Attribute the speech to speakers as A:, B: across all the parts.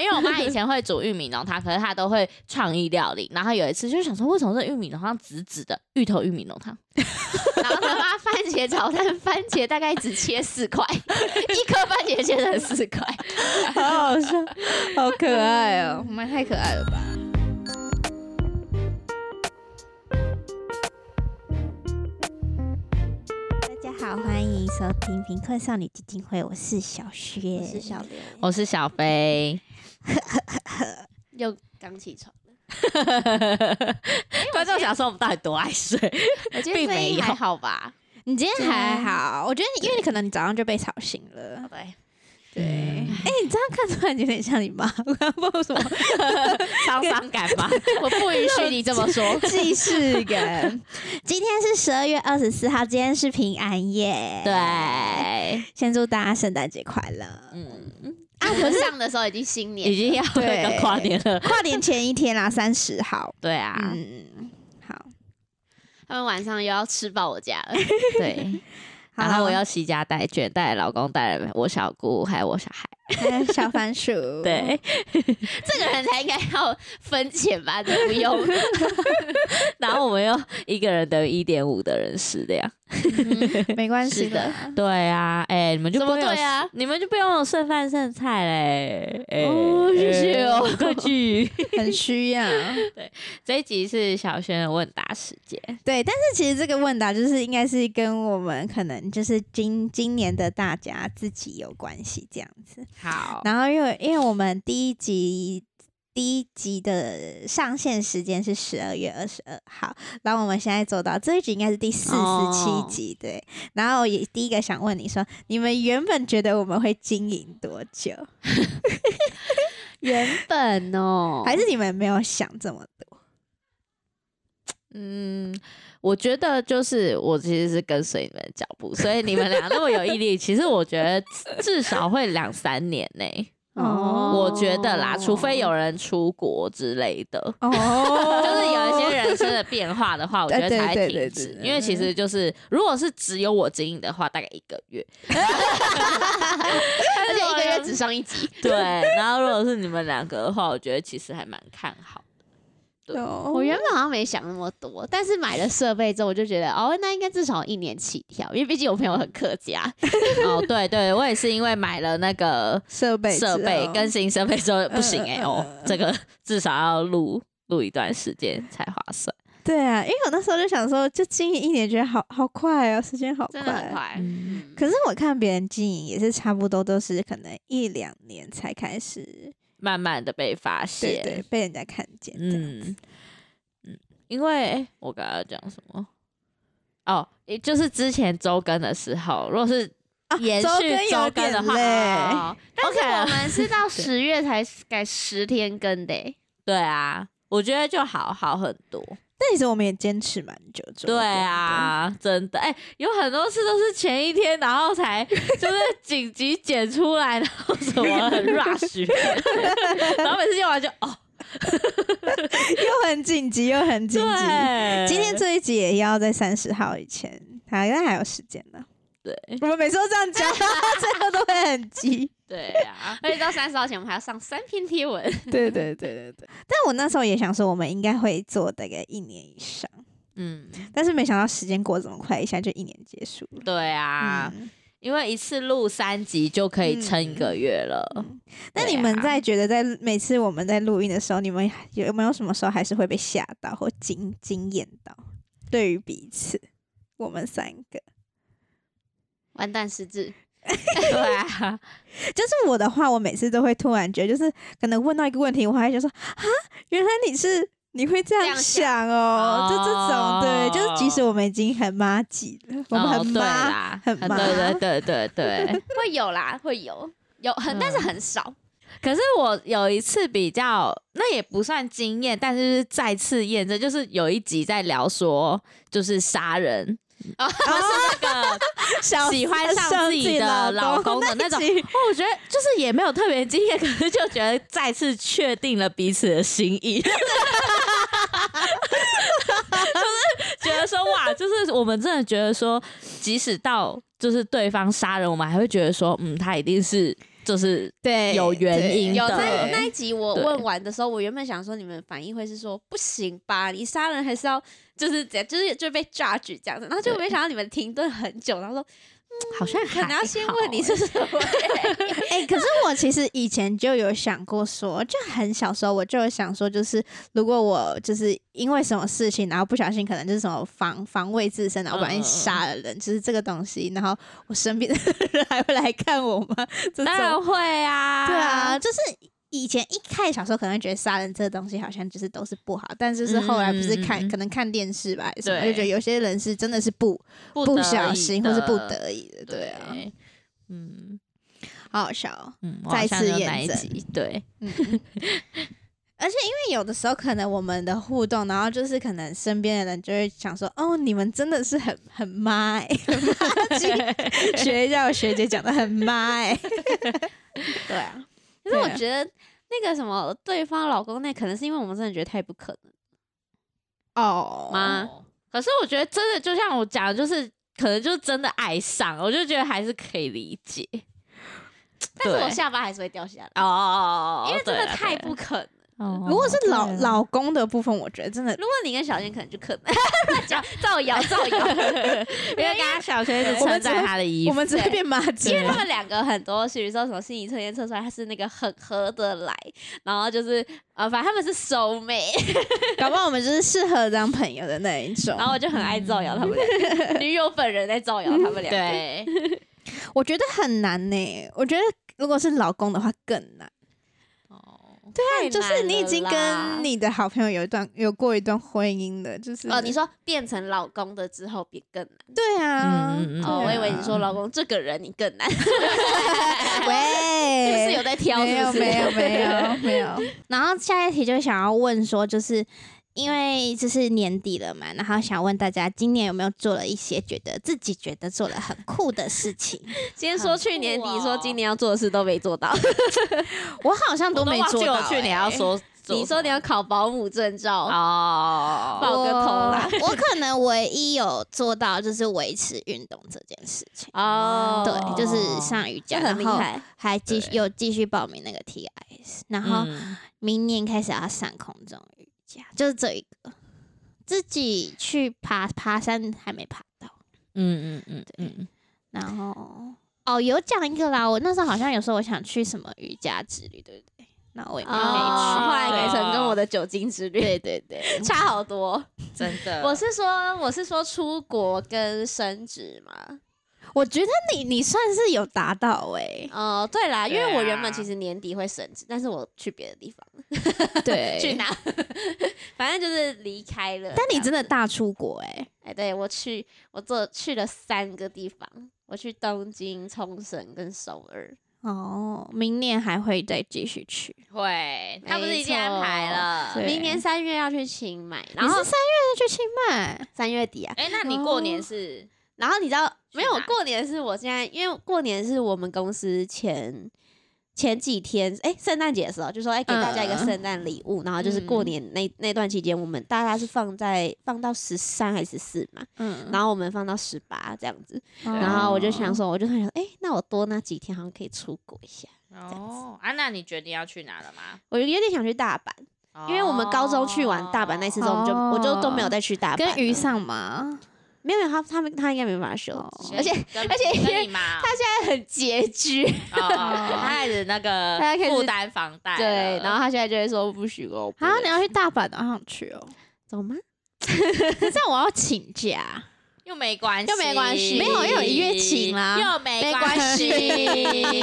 A: 因为我妈以前会煮玉米浓汤，可是她都会创意料理。然后有一次就想说，为什么这玉米浓汤紫紫的？芋头玉米浓 汤。然后他妈番茄炒蛋，番茄大概只切四 块，一颗番茄切成四块。
B: 好好笑，好可爱
C: 嗯
B: 哦，我们太可爱了吧！
C: 大家好，欢迎收听贫困少女基金会，我是小薛，
B: 我是小刘，
A: 我是小飞，
B: 又刚起床，
A: 观众想说哎我们到底多爱睡？
B: 我今
A: 并
B: 天
A: 没
B: 声音
A: 有
B: 还好吧？
C: 你今天还
B: 对
C: 好？我觉得你，因为你可能你早上就被吵醒了。
B: 对，
C: 对，哎、你这样看出来有点像你妈，我刚不知道为什么
A: 沧桑感 吧。
B: 我不允许你这么说。
C: 既视感。 今天是十二月二十四号，今天是平安夜。，
A: 对，
C: 先祝大家圣诞节快乐。
A: 嗯，
B: 啊，我们上的时候已经新年
A: 已经要
C: 对
A: 要跨年了。
C: 跨年前一天啦，啊三十号。
A: 对啊，
C: 嗯，好，
B: 他们晚上又要吃爆我家了。
A: 对。
C: 好
A: 然后 我要惜家带眷，带老公，带了我小姑，还有我小孩。，
C: 还有小番薯。
A: 对，
B: 这个人才应该要分钱吧？你不用，
A: 然后我们又一个人等于一点五的人食量。
C: 没关系
B: 是的
C: 的。
A: 对啊，哎、你们就
B: 怎
A: 不
B: 么
A: 会有
B: 对啊？
A: 你们就不用有剩饭剩菜嘞。哎
B: 哦谢谢哦
A: 哎客气。
C: 很需要。
A: 这一集是小轩的问答时间。
C: 对，但是其实这个问答就是应该是跟我们可能就是今今年的大家自己有关系这样子。
A: 好，
C: 然后因为因为我们第一集。第一集的上线时间是十二月二十二号，然后我们现在做到这一集应该是第四十七
A: 哦
C: 集，对。然后我也第一个想问你说，你们原本觉得我们会经营多久，
A: 哦
B: 原本哦
C: 还是你们没有想这么多？
A: 嗯，我觉得就是我其实是跟随你们的脚步，所以你们俩那么有毅 力，其实我觉得至少会两三年呢、
C: 哦
A: 我觉得啦，除 非有人出国之类的。
C: 哦
A: 就是有一些人生的变化的话，我觉得才会停
C: 哎对对对
A: 止
C: 对。对嗯
A: 因为其实就是，如果是只有我经营的话，大概一个月。
B: 而且一个月只上一集，
A: 对， 然后如果是你们两个的话，我觉得其实还蛮看好。
B: 我
C: 我
B: 原本好像没想那么多，但是买了设备之后，我就觉得哦，那应该至少一年起跳，因为毕竟我朋友很客家，
A: 哦，对对，我也是因为买了那个
C: 设备
A: 设
C: 之
A: 备
C: 后
A: 更新设备之后不行
C: 哦嗯
A: 哎、
C: 嗯
A: 哦
C: 嗯，嗯
A: 这个至少要录录一段时间才划算。
C: 对啊，因为我那时候就想说，就经营一年，觉得好好快哦，时间好快。
B: 真的很快。
A: 嗯
C: 可是我看别人经营也是差不多，都是可能一两年才开始，
A: 慢慢的被发
C: 对
A: 现，
C: 对，被人家看见。嗯，
A: 嗯嗯，因为、诶我刚刚要讲什么？哦，也就是之前周更的时候，如果是延
C: 啊周
A: 续
C: 更有
A: 周更的
C: 点
A: 话，
C: 累
A: 哦
B: 但是
A: OK 啊
B: 我们是 到十月才改十天更的欸、
A: 对啊，我觉得就好好很多。
C: 但其实我们也坚持蛮久。周
A: 对
C: 更的，
A: 啊，真的，哎、有很多次都是前一天，然后才就是紧急剪出来，然后什么很 rush，然后每次用完就哦，
C: 又很紧急，又很紧急。
A: 对，
C: 今天这一集也要在三十号以前，好，那还有时间呢。
A: 对
C: 我们每次都这样讲， 最后都会很急。
A: 对啊，
B: 而且到三十号前我们还要上三篇贴文，
C: 对对对对对。但我那时候也想说，我们应该会做大概一年以上，
A: 嗯，
C: 但是没想到时间过得这么快，一下就一年结束了。
A: 对啊，
C: 嗯
A: 因为一次录三集就可以撑一个月了。
C: 嗯那
A: 对
C: 你们
A: 啊
C: 在觉得在每次我们在录音的时候，你们有没有什么时候还是会被吓到或惊惊艳到？对于彼此，我们三个，
B: 完蛋失智，
A: 对啊，
C: 就是我的话，我每次都会突然觉得，就是可能问到一个问题，我还想说啊，原来你是你会这样
B: 这
C: 想哦，就
A: 哦
C: 这种对，就是即使我们已经很妈几了， 我们
A: 哦
C: 很
A: 对
C: 妈，
A: 啦，
C: 很妈
A: 对对对对对。
B: 会有啦，会有有很，但是很少。
A: 可是我有一次比较，那也不算经验，但是是再次验证，就是有一集在聊说，就是杀人，
B: 哦
A: 就是那
C: 小
A: 个喜欢上
C: 上
A: 自己的老公的那种。
C: 一集
A: 哦，我觉得就是也没有特别经验，可是就觉得再次确定了彼此的心意。 就是觉得说哇，就是我们真的觉得说，即使到就是对方杀人，我们还会觉得说，嗯，他一定是就是
C: 对，
A: 有原
C: 对
A: 因
B: 有
A: 的
B: 那
A: 对
B: 那一集我
A: 对
B: 问完的时候，我原本想说你们反应会是说不行吧，你杀人还是要就是怎样，就是就被 judge 这样子，然后就没想到你们停顿很久，然后说
A: 好像
B: 可能
A: 还
B: 要先
A: 好
B: 问你
A: 欸
B: 是什么 原因，
C: 哎、可是我其实以前就有想过说，就很小时候我就有想说，就是如果我就是因为什么事情，然后不小心可能就是什么防防卫自身，然后不
A: 嗯
C: 小
A: 嗯
C: 心
A: 嗯
C: 杀了人，就是这个东西，然后我身边的人还会来看我吗？ 这
A: 当
C: 种
A: 然会啊，
C: 对啊，，就是。以前一开始小时候可能觉得杀人这个东西好像就是都是不好，但就是后来不是
A: 嗯嗯
C: 看、
A: 嗯嗯
C: 可能看电视吧，还是什么
A: 对
C: 就觉得有些人是真的是不
A: 不
C: 不
A: 得
C: 小
A: 已
C: 心或是不
A: 的，
C: 得已的，对啊，，
A: 嗯
C: 好好笑、哦。
A: 嗯，
C: 再
A: 再
C: 次
A: 次验
C: 验证
A: 集，对，
C: 嗯，嗯而且因为有的时候可能我们的互动，然后就是可能身边的人就会想说，哦，你们真的是很很妈、欸， 很妈鸡 学一下我学姐讲的很妈、欸，
B: 对啊。可是我
C: 对啊
B: 觉得那个什么对方老公那可能是因为我们真的觉得太不可能，
C: 哦
B: 妈
A: 哦可是我觉得真的就像我讲的，就是可能就是真的爱上，我就觉得还是可以理解。
B: 但是我
A: 对
B: 下巴还是会掉下来，
A: 哦
B: 因为真的太不
A: 不，
B: 可能。
C: 如果是老、
A: 对啊
C: 老公的部分，我觉得真的
B: 如果你跟小燕可能就可 能乱讲，造谣造谣，
A: 因为刚刚小学一直
C: 我们
A: 称
C: 只
A: 赞
C: 会
A: 他的衣
C: 我
A: 服，
C: 们只会变妈鸡
B: 因。为他们两个很多，比如说什么心理测验测出来他是那个很合得来，然后就是呃，反正他们是熟妹，
C: 搞不好我们就是适合当朋友的那一种。
B: 然后我就很爱造谣他们俩，
C: 嗯
B: 女友本人在造谣他们俩，，
A: 对，
C: 我觉得很难呢、我觉得如果是老公的话更难。
A: 哦，
B: 太
C: 就
B: 难
C: 是
B: 了
C: 你已经
B: 啦
C: 跟你的好朋友有一段有过一段婚姻了，就是
B: 哦，你说变成老公的之后比更难
C: 对啊，
A: 嗯嗯嗯
B: 哦，
C: 对
B: 我以为
C: 啊
B: 你说老公这个人你更难， 就
C: 喂，
B: 是有在挑，
C: 哎没
B: 是
C: 有
B: 不是？
C: 没有没有没有。 然后下一题就想要问说，就是因为就是年底了嘛，然后想问大家今年有没有做了一些觉得自己觉得做了很酷的事情？
B: 先说去年
A: 很酷
B: 底
A: 哦
B: 说今年要做的事都没做到，
C: 我好像都
A: 我
C: 没
A: 忘
C: 做
A: 记
C: 到、
A: 我去年要
C: 欸
A: 说，
B: 你说你要考保姆证照，
A: 哦，
B: 爆个头啦
C: 我我可能唯一有做到就是维持运动这件事情。
B: 哦，
C: 对，就是上瑜
B: 这
C: 伽，
B: 很厉
C: 然后
B: 害，
C: 还继续
A: 对
C: 有继续报名那个 TIS，然后
A: 嗯
C: 明年开始要上空中瑜伽，就是这一个。自己去爬爬山还没爬到，
A: 嗯嗯嗯嗯，
C: 然后哦有讲一个啦，我那时候好像有说我想去什么瑜伽之旅，对不对？那我也没去，
B: 哦，后来改成跟我的酒精之旅，
C: 对对对，
B: 差好多。
A: 真的，
B: 我是说，我是说出国跟升职 嘛。
C: 我觉得你你算是有达到哎、
B: 哦，对啦，因
A: 对啊
B: 为我原本其实年底会升职，但是我去别的地方，
C: 对
B: 哦去哪？ 啊反正就是离开了。
C: 但你真
B: 的，
C: 的大出国哎、
B: 哎，对我去，我做去了三个地方，我去东京、冲绳跟首尔。
C: 哦，明年还会再继续去，
A: 会，他不是已经
B: 没错
A: 安排了？
C: 对
B: 明年三月要去清迈，然
C: 然后
B: 后
C: 三月去清迈，
B: 三月底啊，
A: 哎，那你过年是
B: 然后你知道没有
A: 哪？
B: 过年是我现在，因为过年是我们公司前前几天，哎、圣诞节的时候就说，哎、给大家一个
C: 嗯
B: 圣诞礼物，然后就是过年那那段期间，我们大家是放在放到十三还是十四嘛，
C: 嗯，
B: 然后我们放到十八这样子，
A: 哦
B: 然后我就想说，我就突然想，哎、那我多那几天好像可以出国一下，
A: 哦，啊，那你决定要去哪了吗？
B: 我有点想去大阪，因为我们高中去完大阪那
A: 哦
B: 次之后，我们就、我就都没有再去大阪了，
C: 哦跟鱼上嘛，
B: 没有没有他他们他应该没办法休
C: 哦
B: 息，
A: 跟，
B: 而且
A: 跟
B: 而且因为
A: 跟你妈哦，
B: 他很拮据。
A: 哦哦他开始那个
B: 他开始
A: 负担房贷了，
B: 对，然后他现在就会说不许我不
C: 啊，
B: 能
C: 你要去大阪的，好想去哦。
B: 走吗？
C: 可是我要请 假，
A: 又没关系，
B: 又没关系没有
C: 因为有一月请啦
A: 又没
B: 没
A: 关
B: 关
A: 系
B: 系，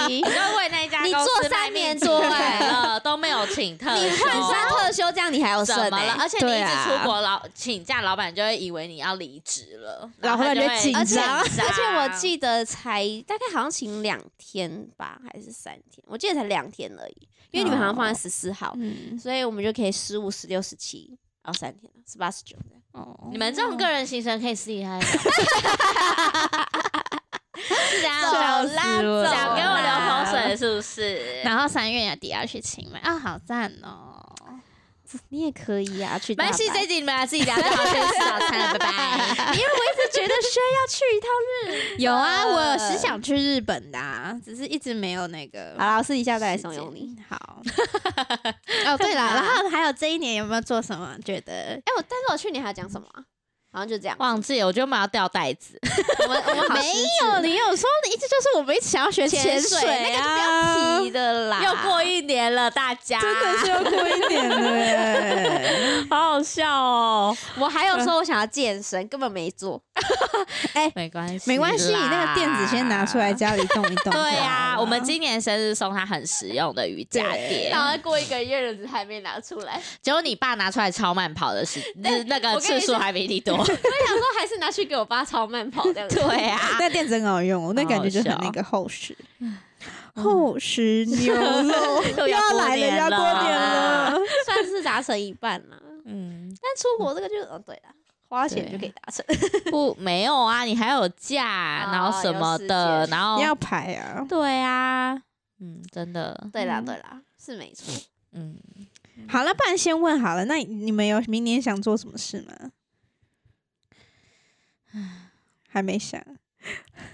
A: 你都为那一家
B: 你
A: 公司
B: 做三
A: 卖命
B: 年多
A: 对
B: 哎
A: 了，呃都没有请特
B: 你
A: 休
B: 换三特休这样你还有剩
A: 怎么
B: 欸
A: 了？而且你
C: 对
A: 一直
C: 啊
A: 出国老请假，老板就会以为你要离职了，
C: 老
A: 后他
C: 板就
A: 会
C: 紧
B: 而且
C: 张
B: 而且我记得才大概好像请两天吧，还是三天？我记得才两天而已，因为你们好像放在十四号，
C: 嗯，
B: 所以我们就可以十五、十六、十七，然后三天，十八、十九这样。
C: 哦
A: 你们这种个人行程可以私底 下讲，
B: 是
C: 笑
B: 走
C: 死我了
B: 啦，
A: 想
B: 想
A: 给
B: 给
A: 我
B: 我
A: 流
B: 流口
A: 口
B: 水。
A: 水是不是？
C: 然后三月底要去清迈，啊，好赞哦。
B: 你也可以啊，去大
A: 没
B: 阪。
A: 关系，这一集你们俩自己聊，最好去吃早餐了，拜拜。
B: 因为我一直觉得薛要去一趟
C: 有啊，我是想去日本的、啊，只是一直没有那个。
B: 好啦，我私底下再来怂恿 你。。
C: 好。哦，对了， 然后还有这一年有没有做什么？觉得
B: 哎、我但是我去年还讲什么啊、好像就这样。
A: 忘记了，我觉得我们要掉袋子。
B: 我们我们好
C: 没有？你有说的一直就是我们一起要学
B: 潜
C: 水啊，
B: 水那个就不要提的啦，
A: 又过一年了，大家
C: 真的是要过一年了耶。
A: 好好笑哦。
B: 我还有说我想要健身，根本没做。
A: 没关系，
C: 没关系，你那个垫子先拿出来，。家里动一动。
A: 对呀、
C: 好
A: 啊，
C: 了
A: 我们今年生日送他很实用的瑜伽垫，
B: 然后过一个月日子还没拿出 来，
A: 结果你爸拿出来超慢跑的时，那那
B: 我
A: 个
B: 跟你
A: 次数
B: 说
A: 还比你多。
B: 想说还是拿去给我爸超慢跑这样子。
A: 对啊，
C: 那垫子很好用哦，那感觉就很
A: 好好笑
C: 那个厚实。厚实 牛肉又要来了，又要过年了。
B: 算是达成一半啦。
A: 嗯，
B: 但出国这个就嗯，对啦，花钱就可以达成。
A: 不没有啊，你还有假，
B: 哦
A: 然后什么
B: 有
A: 的，
B: 时间
A: 然后
C: 要排啊！
A: 对啊，嗯，真的，
B: 对啦，
C: 嗯
B: 对啦，是没 错。
A: 嗯，
C: 好了，不然先问好了。那你们有明年想做什么事吗？还没想，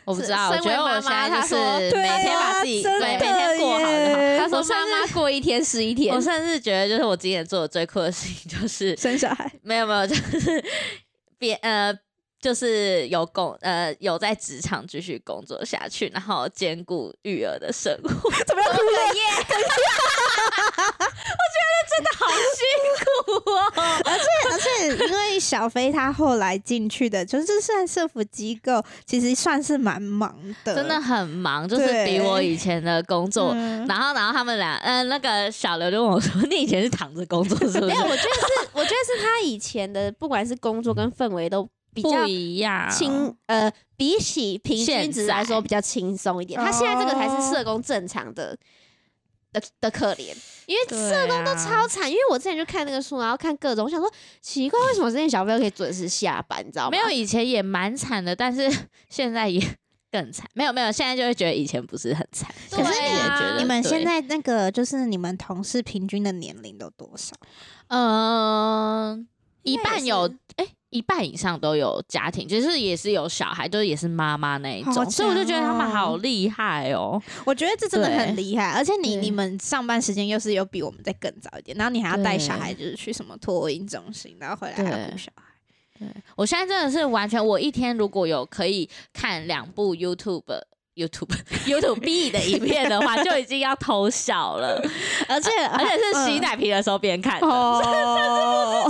A: 我不知道，我
B: 身
A: 觉得我现在就
B: 身为妈妈
A: 是
C: 她说
A: 每天把自己
C: 对啊
A: 对每
C: 真的
A: 天过好就好。
C: 耶
B: 他说
A: 我
B: 妈
A: 甚
B: 妈过一天是一天
A: 我，甚至觉得，就是我今年做的最酷的事情，就是
C: 生小孩，
A: 没有没有，就是别呃，就是有工呃有在职场继续工作下去，然后兼顾育儿的生活，
C: 怎么样？
A: 好辛苦哦。
C: 而且因为小飞他后来进去的，就是算社福机构，其实算是蛮忙的，
A: 真的很忙，就是
C: 对
A: 比我以前的工作。
C: 嗯
A: 然后，然后他们俩，嗯，那个小刘就问我说：“ 你以前是躺着工作是不
B: 没
A: 是
B: 有，啊我觉得是，我觉得是他以前的，不管是工作跟氛围都比？”较
A: 不一样，
B: 轻，呃，比起平均值来
A: 现在
B: 说比较轻松一点。他现在这个才是社工正常的的的可怜，因为社工
A: 对
B: 都
A: 啊
B: 超惨。因为我之前就看那个书，然后看各种，我想说奇怪，为什么这些小朋友可以准时下班？你知道吗？
A: 没有以前也蛮惨的，但是 现在也更惨。没有没有，现在就会觉得以前不是很惨，
B: 对啊
A: 现在也觉得
C: 你们
A: 对
C: 现在那个就是你们同事平均的年龄都多少？
A: 嗯，一
B: 应该也
A: 半
B: 是
A: 有哎、一半以上都有家庭，就是也是有小孩，就是也是妈妈那一
C: 好
A: 种，所以我就觉得他们
C: 强哦
A: 好厉害哦。
C: 我觉得这真的很厉害，而且你
A: 对
C: 你们上班时间又是有比我们再更早一点，然后你还要带
A: 对
C: 小孩，就是去什么托婴中心，然后回来还要
A: 对
C: 顾小孩。
A: 我现在真的是完全，我一天如果有可以看两部 YouTube。YouTube YouTube B 的影片的话，就已经要偷笑了，
C: 而且嗯
A: 而且是洗奶瓶的时候边看的。
C: 哦，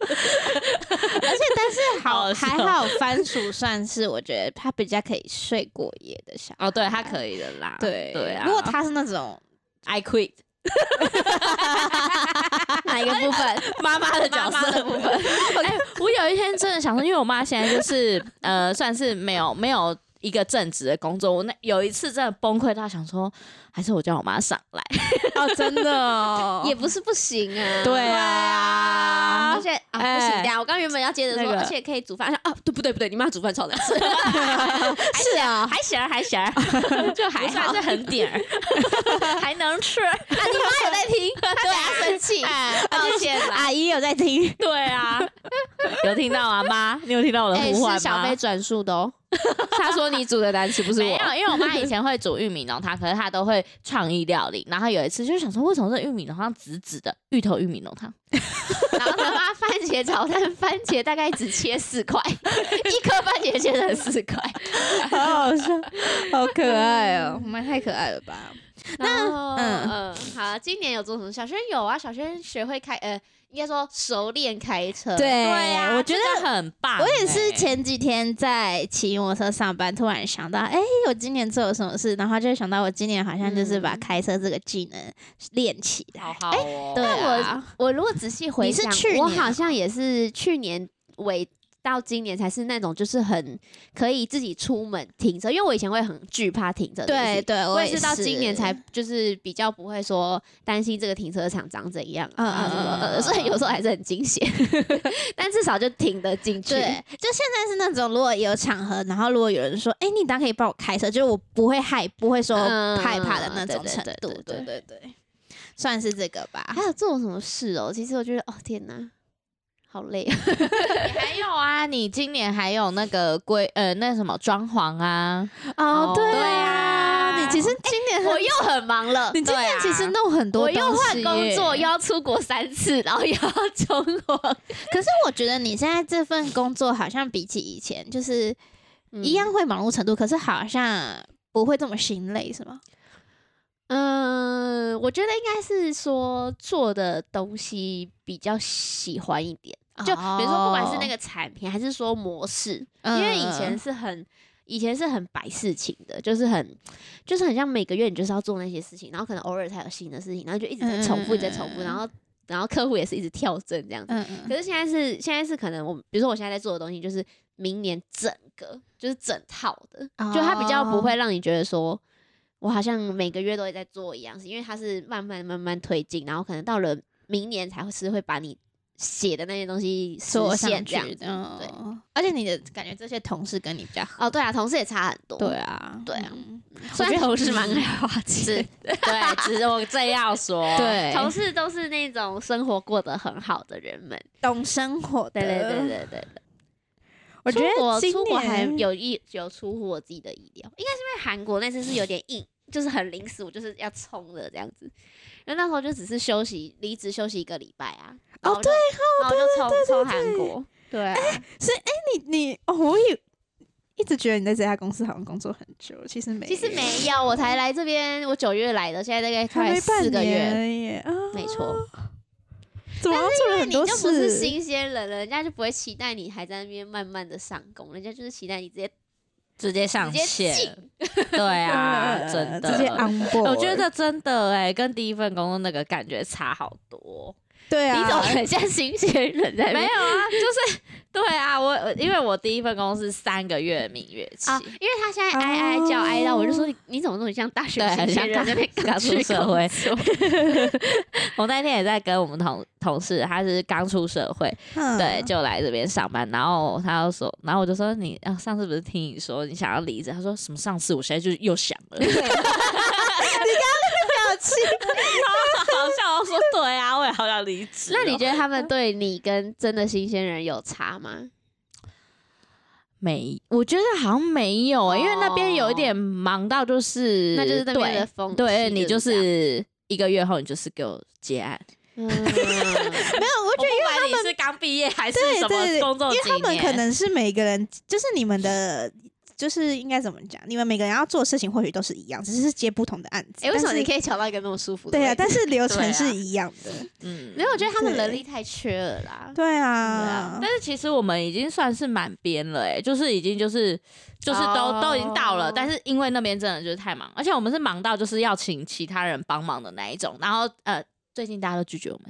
C: 而且但是好
A: 好笑
C: 还好，番薯算是我觉得他比较可以睡过夜的小孩。
A: 哦，对他可以的啦。
C: 对
A: 对啊，
C: 如果他是那种
A: I quit
B: 哪一个部分？
A: 妈妈的角
B: 妈妈
A: 色
B: 的部 分，
A: 哎、我有一天真的想说，因为我妈现在 就是呃，算是没有没有一个正职的工作。我那有一次真的崩溃到想说，还是我叫我妈上来。
C: 哦，真的 哦
B: 也不是不行 啊。
A: 对啊
B: 而且啊，
A: 哎
B: 不行，等一下我刚原本要接着
A: 那
B: 说，
A: 个
B: 而且可以煮饭，啊，对不对？不对，你妈煮饭超难 吃，
C: 是 啊，
A: 还行儿，还行儿，就还
B: 算
A: 算
B: 是
A: 是很点儿， 还能吃。
B: 啊，你妈有在听，对啊，生气，
A: 哎，抱歉啦。
C: 阿姨有在听，
A: 对啊，有听到啊，妈？你有听到我的呼唤吗？
B: 是小飞转述的哦。他说你煮的难吃，不是
A: 没
B: 我。
A: 有，因为我妈以前会煮玉米浓汤，可是她都会创意料理。然后有一次就想说，为什么这玉米浓汤紫紫的？芋头玉米浓汤。
B: 然后他妈番茄炒蛋，番茄大概只切四块，一颗番茄切成四块。
C: 好好笑，好可爱哦，我们太可爱了吧？
B: 那
C: 嗯
B: 嗯嗯，好，今年有做什么？小轩有啊，小轩学会开，呃，应该说熟练开车。
C: 对，
B: 啊
A: 呀，
C: 我觉得
A: 啊得很棒欸。
C: 我也是前几天在骑摩托车上班，突然想到，哎、我今年做了什么事，然后就想到我今年好像就是把
B: 嗯
C: 开车这个技能练起来。
A: 好好哦。
C: 对
B: 但
C: 啊，
B: 我如果仔细回
C: 你是
B: 想，
C: 去
B: 我
C: 年
B: 好
C: 啊
B: 像也是去年尾到今年才是那种就是很可以自己出门停车，因为我以前会很惧怕停车这件
C: 对
B: 事情。
C: 对，
B: 我
C: 也
B: 是到今年才就是比较不会说担心这个停车场长怎样
C: 嗯
B: 啊，
C: 嗯
B: 什么
C: 嗯
B: 呃，虽然有时候还是很惊险， 但至少就停得进去。
C: 对，就现在是那种，如果有场合，然后如果有人说，哎、你当可以帮我开车，就是我不会害，不会说
B: 嗯
C: 害怕的那种
B: 对对
C: 程
B: 对
C: 度。
B: 对
C: 对对，算是这个吧。
B: 还有做什么事哦？其实我觉得，哦天哪，好累啊！
A: 你还有啊，你今年还有那个规呃那什么装潢啊，
B: 哦
A: 对
B: 对
A: 啊哎
C: 啊，你其实今年很，
A: 我又很忙了，
C: 你今
A: 对
C: 年
A: 啊
C: 其实弄很多
A: 我
C: 东西耶，
A: 又换工作，又要出国三次，然后又要中国，
C: 可是我觉得你现在这份工作好像比起以前就是
B: 嗯
C: 一样会忙碌程度，可是好像不会这么心累，是吗？
B: 嗯，嗯，我觉得应该是说做的东西比较喜欢一点，就
A: 哦
B: 比如说不管是那个产品还是说模式，因为以前
C: 哦嗯
B: 是很。以前是很摆事情的，就是很，就是很像每个月你就是要做那些事情，然后可能偶尔才有新的事情，然后就一直在重复，一直在重复，然后然后客户也是一直跳针这样子。
C: 嗯嗯
B: 可是现在是现在是可能我，比如说我现在在做的东西，就是明年整个就是整套的，
A: 嗯
B: 就它比较不
C: 哦
B: 会让你觉得说，我好像每个月都会在做一样事，因为它是慢慢慢慢推进，然后可能到了明年才会是会把你写的那些东西实
C: 做
B: 现
C: 上
B: 这样
C: 去
B: 子。
C: 的，
B: 对，
C: 嗯而且你的感觉这些同事跟你比较好，
B: 哦，对啊，同事也差很多。
C: 对 啊，
B: 对啊
C: 嗯，
B: 虽
C: 我
B: 然
C: 觉得嗯
B: 同事蛮爱花
A: 是
B: 钱，
A: 对，只是我正要 说，
C: 对，
B: 同事都是那种生活过得很好的人们。
C: 懂生活的，
B: 对对对，对对对。
C: 我觉
B: 出国
C: 得今
B: 出国还
C: 年
B: 有意有出乎我自己的意料，应该是因为韩国那次是有点硬，就是很临时，我就是要冲的这样子。因为那时候就只是休息，离职休息一个礼拜啊。然后
C: 哦
B: 就，然后就冲冲韩国。对
C: 哎
B: 啊，
C: 你你哦，我也一直觉得你在这家公司好像工作很久，其实没有，
B: 其实没有，我才来这边，我九月来的，现在大概
C: 还
B: 快
C: 没半
B: 四个
C: 年
B: 月，
C: 而已啊，
B: 没错。
C: 怎么好像做了
B: 那
C: 很
B: 你
C: 多
B: 就不是
C: 事？
B: 新鲜人了，人家就不会期待你还在那边慢慢的上工，人家就是期待你直接
A: 直接上
B: 直接
A: 线，
B: 进。
A: 对 啊，
C: 呃
A: 真的，
C: 直接 on board，
A: 我觉得真的哎、跟第一份工作那个感觉差好多。
C: 对啊，
B: 你怎么很像新鲜人在那
A: 没
B: 边
A: 有 啊，就是对啊，我我因为我第一份工作是三个月的蜜月期，
B: 啊，因为他现在哀哀叫哀到，我就说你你怎么那么像大学
A: 哦对，
B: 新
A: 很
B: 鲜
A: 像刚
B: 人 在那边
A: 刚出
B: 去
A: 社
B: 工
A: 会
B: 作
A: 我那天也在跟我们同同事，他是刚出社会，
C: 嗯
A: 对， 就来这边上班。然后他就说，然后我就说你啊，上次不是听你说你想要离职？他说什么上次？我现在就又想 了，
C: 表情，
A: 好笑。我说对啊，我也好想离职哦。
B: 那你觉得他们对你跟真的新鲜人有差
A: 嗯
B: 吗？
A: 没？我觉得好像没有、欸，因为那边有一
B: 哦
A: 点忙到就是，
B: 那就是那边
A: 对
B: 的风气
A: 对你就
B: 就是
A: 是一个月后，你就是给我结案。
B: 嗯，
C: 没有，我
A: 我
C: 觉得。
A: 管你是刚毕业还是
C: 对
A: 什
C: 对对
A: 么工作
C: 因为
A: 哦几
C: 他们
A: 年，
C: 可能是每个人，就是你们的，就是应该怎么讲？你们每个人要做的事情或许都是一样，只是接不同的案子。
B: 哎，为什么你可
C: 以？
B: 以找到一个那么舒服的
C: 对
B: 位置？
C: 啊，但是流程
A: 对啊
C: 是一样的。
A: 嗯
B: 没有，我觉得他们能
C: 对
B: 力太缺 了啦。
C: 对
B: 对
C: 啊
B: 啊，
A: 但是其实我们已经算是满编了、欸，哎，就是已经就是就是都、
B: 哦
A: 都已经到了，但是因为那边真的就是太忙，而且我们是忙到就是要请其他人帮忙的那一种，然后呃，最近大家都拒绝我们，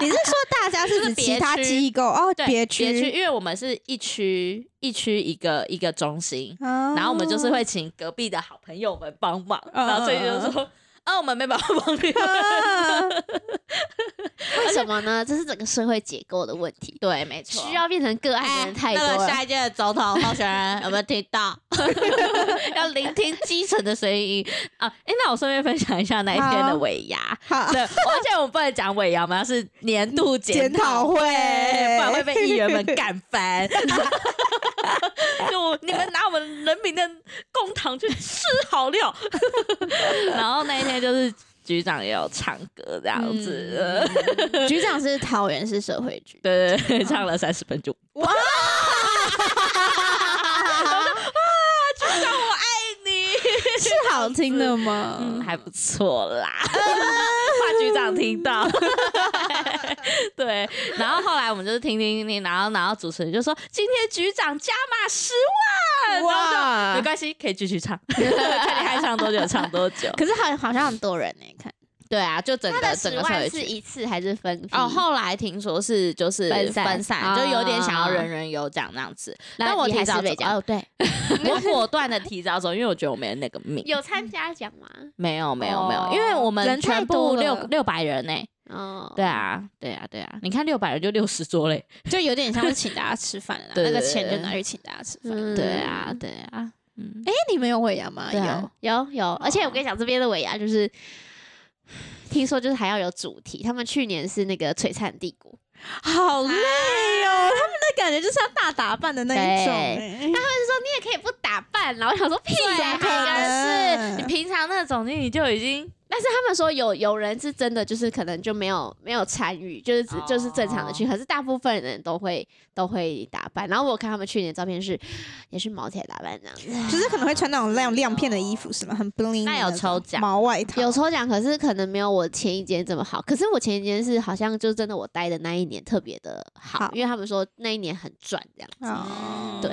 C: 你是说大家是
A: 就是
C: 指
A: 别
C: 其他
A: 区
C: 机构哦？
A: 对，
C: 别
A: 区，
C: 区，
A: 因为我们是一区一区一个一个中心，
C: 然
A: 然后我们
C: 哦
A: 就是会请隔壁的好朋友们帮忙，
C: 嗯
A: 然后最近就说。啊，我们没办法帮你们。
B: 为什么呢？这是整个社会结构的问题，
A: 对，没哎
B: 需要变成个案的人太多
A: 那个
B: 了。
A: 下一届的总统候选人有没有听到？ 要聆听基层的声音啊！哎、那我顺便分享一下那一天
C: 好
A: 的尾牙。
C: 好
A: 对，而且我们不能讲尾牙，我们要是年度检
C: 检讨
A: 讨会，
C: 会
A: 不然会被议员们干 翻。就你们拿我们人民的公堂去吃好 料。然后那一天就是局长也有唱歌这样子，
C: 局长是桃园市社会局，
A: 对对对，唱了三十分钟。
C: 哇！
B: 啊
A: 你
C: 是好听的吗？
A: 嗯，还不错 啦，怕局长听到。 对，然后后来我们就是听听听，然后然后主持人就说今天局长加码十万，哇，没
B: 啊
C: 哇！
A: 关系，可以继续 唱，看你爱唱多久唱多久。
C: 可是好好像很多人呢，看
A: 对啊，就整
B: 他的
A: 个
B: 十
A: 整个社
B: 万
A: 会
B: 是
A: 区。
B: 一次还是分批？
A: 哦，后来听说是就是
B: 分散
A: 就有点想要
B: 啊
A: 人人有奖那样子，
B: 那
A: 但我
B: 你
A: 提
B: 还
A: 早
B: 是
A: 走
B: 被讲
A: 哦，对，我果断的提早走，因为我觉得我没那个命。
B: 有参加奖吗？
A: 没有没有
B: 哦
A: 没有，因为我们
C: 人太
A: 全部
C: 多
A: 六
C: 了
A: 六百人呢、
B: 哦，
A: 对啊，对啊，对啊！你看六百人就六十桌嘞，
C: 就有点像是请大家吃饭了啦，
A: 对
C: 那
A: 对
C: 个
A: 对
C: 钱
A: 对
C: 就拿去请大家吃饭。
B: 嗯
A: 对啊，对啊，嗯，
C: 哎，你们有尾牙吗？
A: 对啊
C: 有。
B: 哦有有，而且我跟你讲，这边的尾牙就是听说就是还要有主题，他们去年是那个璀璨帝国，
C: 好累哦，
A: 啊
C: 他们的感觉就是要大打扮的那一种、欸。哎
B: 你也可以不打扮啦。我想说屁呀、
A: 对
C: 可能
A: 是你平常那个总经理就已经
B: 但是他们说有有人是真的，就是可能就没有没有参与，就是只就是正常的去，可是大部分人都会都会打扮。然后我看他们去年照片是也是毛起来打扮这样子，
C: 就是可能会穿那种亮亮片的衣服，是吗？很 bling，
A: 那有
C: 种
A: 抽奖
C: 毛外套，
B: 有抽奖，可是可能没有我前一间这么好。可是我前一间是好像就真的我待的那一年特别的好，
C: 好
B: 因为他们说那一年很赚这样。
C: 哦
B: 对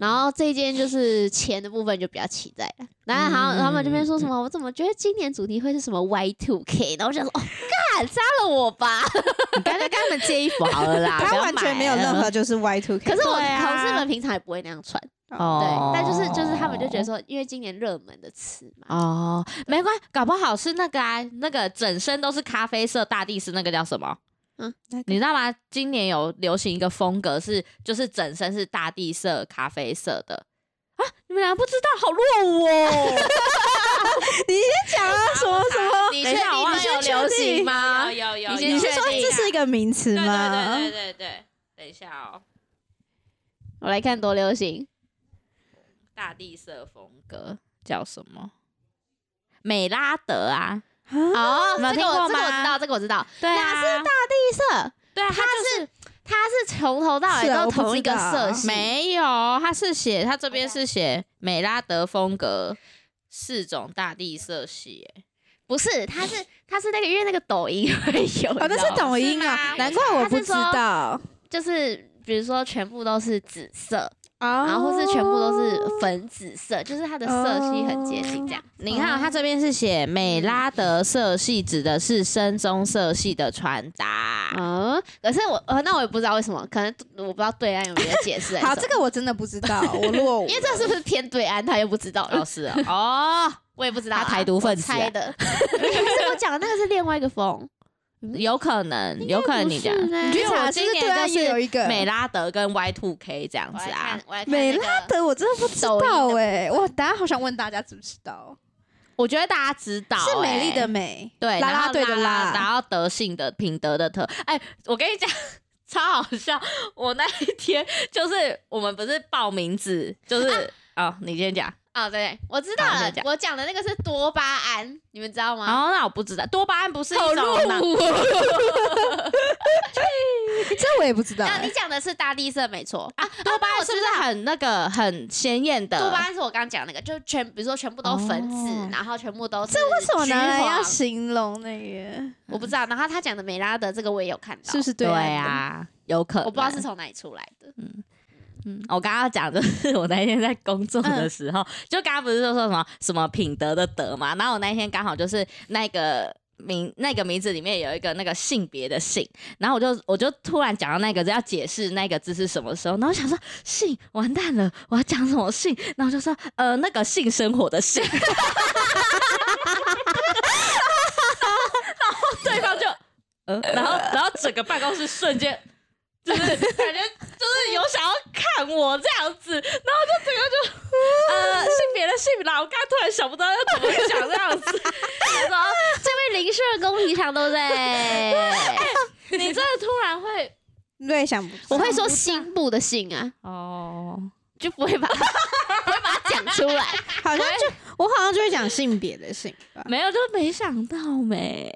B: 然后这一间就是钱的部分就比较期待了。然后
C: 嗯
B: 好像他们这边说什么，我怎么觉得今年主题会是什么 Y two K？然后我想说，哦，干杀了我吧！
A: 你干脆跟他们借衣服好了啦，不
C: 他
A: 要
C: 完全没有
A: 买啊了
C: 任何就是 Y two K。
B: 可是我
A: 对啊
B: 同事们平常也不会那样穿，对
A: 哦，，
B: 但就是就是他们就觉得说，因为今年热门的词嘛，
A: 哦，没关，搞不好是那个啊，那个整身都是咖啡色大地是那个叫什么？
C: 那个
A: 你知道吗？今年有流行一个风格是，就是整身是大地色、咖啡色的啊！你们俩不知道，好落伍 哦！
C: 讲啊什么什么？
A: 你
C: 确定
A: 你
C: 这有流行
A: 吗？
D: 有有，
A: 你
D: 有
A: 先
C: 你是啊
A: 确
C: 说
A: 定啊
C: 这是一个名词
D: 对
C: 吗？
D: 对对对对，等一下哦，
B: 我来看多流行。
D: 大地色风格，
A: 叫什么？美拉德啊，
B: 哦，
A: 你们有
B: 这个
A: 听过
B: 我这个我
A: 吗
B: 知道，这个我知道，
A: 对
B: 哪是
A: 啊，
B: 绿色，
A: 对啊，他就是
B: 它是从头到尾
C: 是啊
B: 都
C: 我不
B: 同一个
C: 知道
B: 色系，
A: 没有，他是写他这边是写美拉德风格四种大地色系，欸
B: 不是，它是它是那个，因为那个抖音会有，
C: 哦，那
B: 你知道
C: 是
B: 吗
C: 抖音
A: 是
C: 啊
A: 吗，
C: 难怪我不知道。
B: 就是比如说全部都是紫色，
C: 然
A: 哦啊
B: 然后或是全部都是粉紫色，就是它的色系很接近这样。
A: 你看、哦，他这边是写美拉德色系，指的是深棕色系的穿搭。
B: 嗯，可是我呃，那我也不知道为什么，可能我不知道对岸有没有 解释还是什么。
C: 好，这个我真的不知道，我落伍了。
B: 因为这是不是偏对岸，他又不知道了
A: 哦，，是哦，哦，
B: 我也不知道啊、
A: 他台独分子啊、
B: 猜的， 可是我讲的那个是另外一个风，
A: 有可能，有可能你讲，
B: 应该
C: 你
B: 不
C: 去
B: 是
A: 因为
C: 查
A: 我
C: 是
A: 今
C: 不是对
A: 年
C: 岸
A: 就
C: 又有
A: 是
C: 一个
A: 美拉德跟 Y Two K 这样
B: 我
A: 子
B: 来
A: 啊
B: 看，。我来看
C: 美
B: 那个
C: 拉德，我真的不知
B: 抖音
C: 道
B: 的
C: 哎。哇，大家好想问大家知不知道？
A: 我觉得大家知道、
C: 是美丽
A: 欸
C: 的美，
A: 对，
C: 啦
A: 然
C: 啦
A: 后
C: 队的
A: 啦，然
C: 啦。
A: 后德性的品德的特。哎，我跟你讲，超好笑。我那一天就是我们不是报名字，就是、
B: 啊
A: 哦，你先讲。
B: 哦，对，我知道
A: 好你
B: 了
A: 先讲。
B: 我讲的那个是多巴胺，你们知道吗？
A: 哦，那我不知道，多巴胺不是一
B: 好
A: 种
B: 落
A: 脑
B: 伍哦。
C: 这我也不知道
B: 那
C: 欸
B: 你。讲的是大地色，没错啊。
A: 多巴胺是不是很那个很鲜艳的？
B: 多巴胺是我刚刚讲那个，就全比如说全部都粉紫，
A: 哦
B: 然后全部都是
C: 这为什么
B: 橘
C: 拿来要
B: 黄
C: 形容那个？
B: 我不知道。然后他讲的美拉德这个我也有看到，
C: 是不是
A: 对
C: 岸的？
A: 啊，有可能。
B: 我不知道是从哪里出来的。
A: 嗯我刚刚讲的是我那一天在工作的时候，就刚刚不是说说什么什么品德的德嘛，然后我那一天刚好就是那个。名那个名字里面有一个那个性别的性，然后我就我就突然讲到那个字要解释那个字是什么时候，然后我想说性完蛋了，我要讲什么性，然后我就说呃那个性生活的性， 然后对方就呃，然后然后整个办公室瞬间就是感觉就是有想要看我这样子，然后就整个 就呃性别的性别啦，我刚才突然想不到要怎么讲这样子，
B: 他说 这位林社工平常都 在，
A: 你真的突然会
C: 对，想不
B: 我会说心部的心啊，
A: 哦，，
B: 就不会把它 不会把它讲出 来。
C: 好像就 我好像就会讲性别的性吧
A: 没有就没想到没，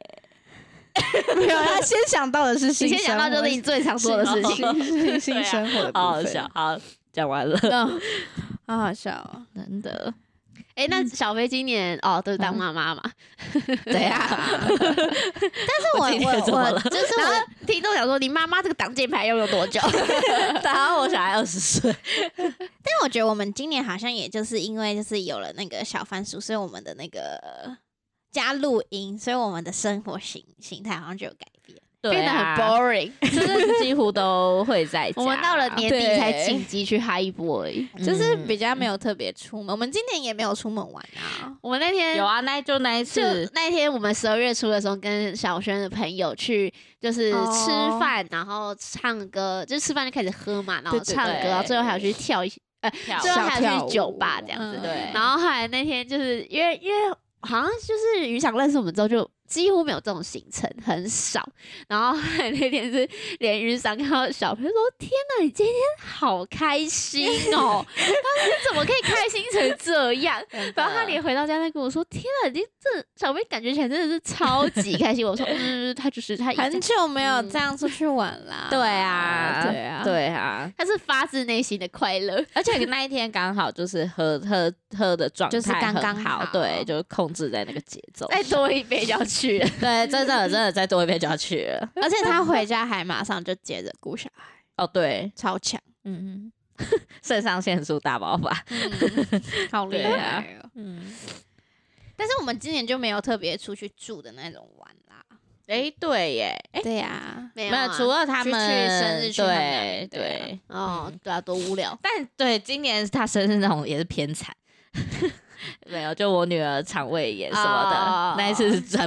C: 没有，他先想到的是
B: 你
C: 性
B: 先想到就是你最常做的事情。
C: 性性 性生活的部分，
A: 好好笑，好讲完了，
C: 嗯，好好笑哦。
A: 真的
B: 哎、那小飞今年哦，都是当妈妈 嘛？
A: 对
C: 啊
A: 呀，
B: 但
A: 我今
B: 是我
A: 天怎么
B: 我
A: 了
B: 就是我听众想说，你妈妈这个挡箭牌要用多久？
A: 然后我小孩二十岁，
C: 但我觉得我们今年好像也就是因为就是有了那个小番薯，所以我们的那个加录音，所以我们的生活形形态好像就有改变。
B: 变
A: 对
B: 得很
A: 啊，
B: boring。
A: 就是几乎都会在家，
B: 我们到了年底
C: 对
B: 才紧急去嗨一波而已。
C: 就是比较没有特别出门，我们今年也没有出门玩啊。
B: 我们那天
A: 有啊，那就那一
B: 就
A: 次，
B: 那天我们十二月初的时候，跟小轩的朋友去，就是吃
C: 哦
B: 饭，然后唱歌，就吃饭就开始喝嘛，然后
C: 对对
B: 唱歌，
A: 对
B: 然后最后还有去跳一些，
A: 跳
B: 最后
C: 小
B: 还有
C: 跳舞
B: 去酒吧这样子。
C: 嗯
A: 对
B: 然后后来那天就是因为因为好像就是渔场认识我们之后就几乎没有这种行程，很少。然后那天是连云上看到小朋友说：“天哪，你今天好开心哦！” 他说：“你怎么可以开心成这样？”
A: 啊
B: 然后他连回到家，他跟我说：“天哪，你这小妹感觉起来真的是超级开心。”我说：“嗯，他就是他一直
C: 很久没有
B: 嗯
C: 这样出去玩 啦。
A: 对啊，
C: 对啊，
A: 对啊。
B: 他是发自内心的快乐。
A: 而且那一天刚好就是喝喝喝的状态
B: 就是刚刚
A: 很
B: 好
A: 好，对，就控制在那个节 奏。
B: 再多一杯就要去 了，
A: 对，真的真的再多一杯就要去了。
C: 而且他回家还马上就接着顾小孩，
A: 哦，对，
C: 超强，
A: 嗯， 肾上腺素大爆发。
B: 嗯
C: 好厉
A: 对啊
C: 害哦！
A: 嗯，
C: 但是我们今年就没有特别出去住的那种玩啦。
A: 哎，对耶，哎，
C: 对啊呀，
B: 没啊
A: 没有，除了他
C: 去去
A: 们
C: 生日去他
A: 对
C: 们对啊
A: 对。
B: 哦，对啊，多无聊。
A: 但对，今年他生日那种也是偏惨， 没有，就我女儿肠胃炎什么的，
B: 哦
A: 那一次是真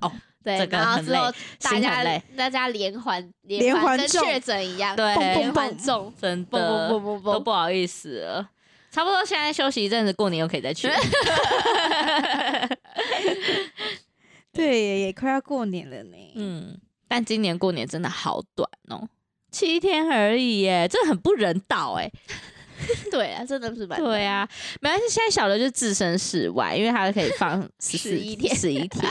A: 哦，
B: 对，
A: 这个
B: 然后
A: 很
B: 之后
A: 累
B: 大
A: 心
B: 家
A: 很累
B: 大家连环
C: 连
B: 环
C: 环
B: 跟
C: 中
B: 确诊一样，
A: 对
B: 连环中，
A: 真
B: 不
A: 的
B: 不不不
A: 都
B: 不，
A: 不好意思了。差不多现在休息一阵子，过年又可以再 去。
C: 对耶，也快要过年了呢。
A: 嗯，但今年过年真的好短哦，七天而已耶，这很不人道哎。
B: 对啊，真的是蛮
A: 对啊，没关系，现在小刘就置身事外，因为他可以 放十
B: 11天
A: 十 一天。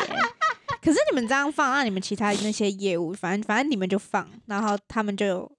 C: 可是你们这样放，那你们其他那些业务，反正反正你们就放，然后他们就有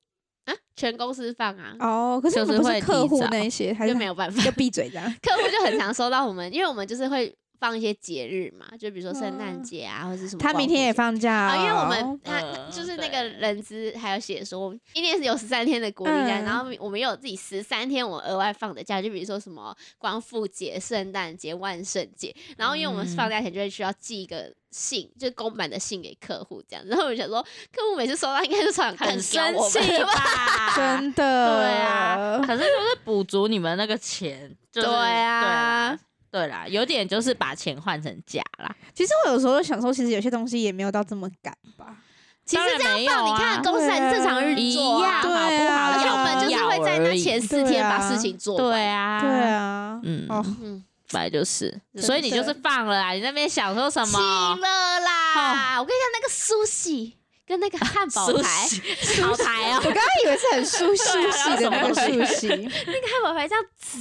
B: 啊，全公司放啊，
C: 哦，可是你们
A: 就是
C: 不
A: 会
C: 是客户
A: 提早
C: 那一些，还是
B: 就没有办法，
C: 就闭嘴 这样。
B: 客户就很常收到我们，因为我们就是会放一些节日嘛，就比如说圣诞节啊，或者是什么
C: 他
B: 光复节。
C: 明天也放假
B: 啊，因为我们
C: 哦
B: 他
A: 嗯
B: 就是那个
A: 对
B: 人资还有写说，今天是有十三天的国历假，
C: 嗯
B: 然后我们又有自己十三天我们额外放的假，就比如说什么光复节、圣诞节、万圣节，然后因为我们
A: 嗯
B: 放假前就会需要寄一个信，就是公版的信给客户这样，然后我们想说，客户每次收到应该就超想干
A: 很
B: 掉
A: 生
B: 我
A: 气
B: 们，
A: 吧？
C: 真的
A: 对啊，可是就是补足你们那个钱，就是、
B: 对啊
A: 对啦，对啦，有点就是把钱换成假啦。
C: 其实我有时候想说，其实有些东西也没有到这么赶吧。
B: 其实
A: 当然
B: 这样
A: 没有
B: 放，你看
A: 啊
B: 公司还是正常
A: 一
B: 运作
A: 样
B: 啊，
A: 好不好？
C: 对啊
B: 而且我们就是会在那前四天把
C: 对啊
B: 事情做
A: 对
B: 完，
A: 啊，
C: 对，啊，
A: 嗯，
C: 哦，
B: 嗯，
A: 本来就是，
C: 真
A: 所以你就是放了啦，啊你那边想说什
B: 气
A: 么？
B: 了啦！我跟你讲，那个苏西跟那个汉堡
A: 苏
B: 排，
A: 西
B: 好排哦，
C: 我刚刚以为是很舒舒
B: 啊
C: 适的那个舒适，
B: 那个汉堡排这样滋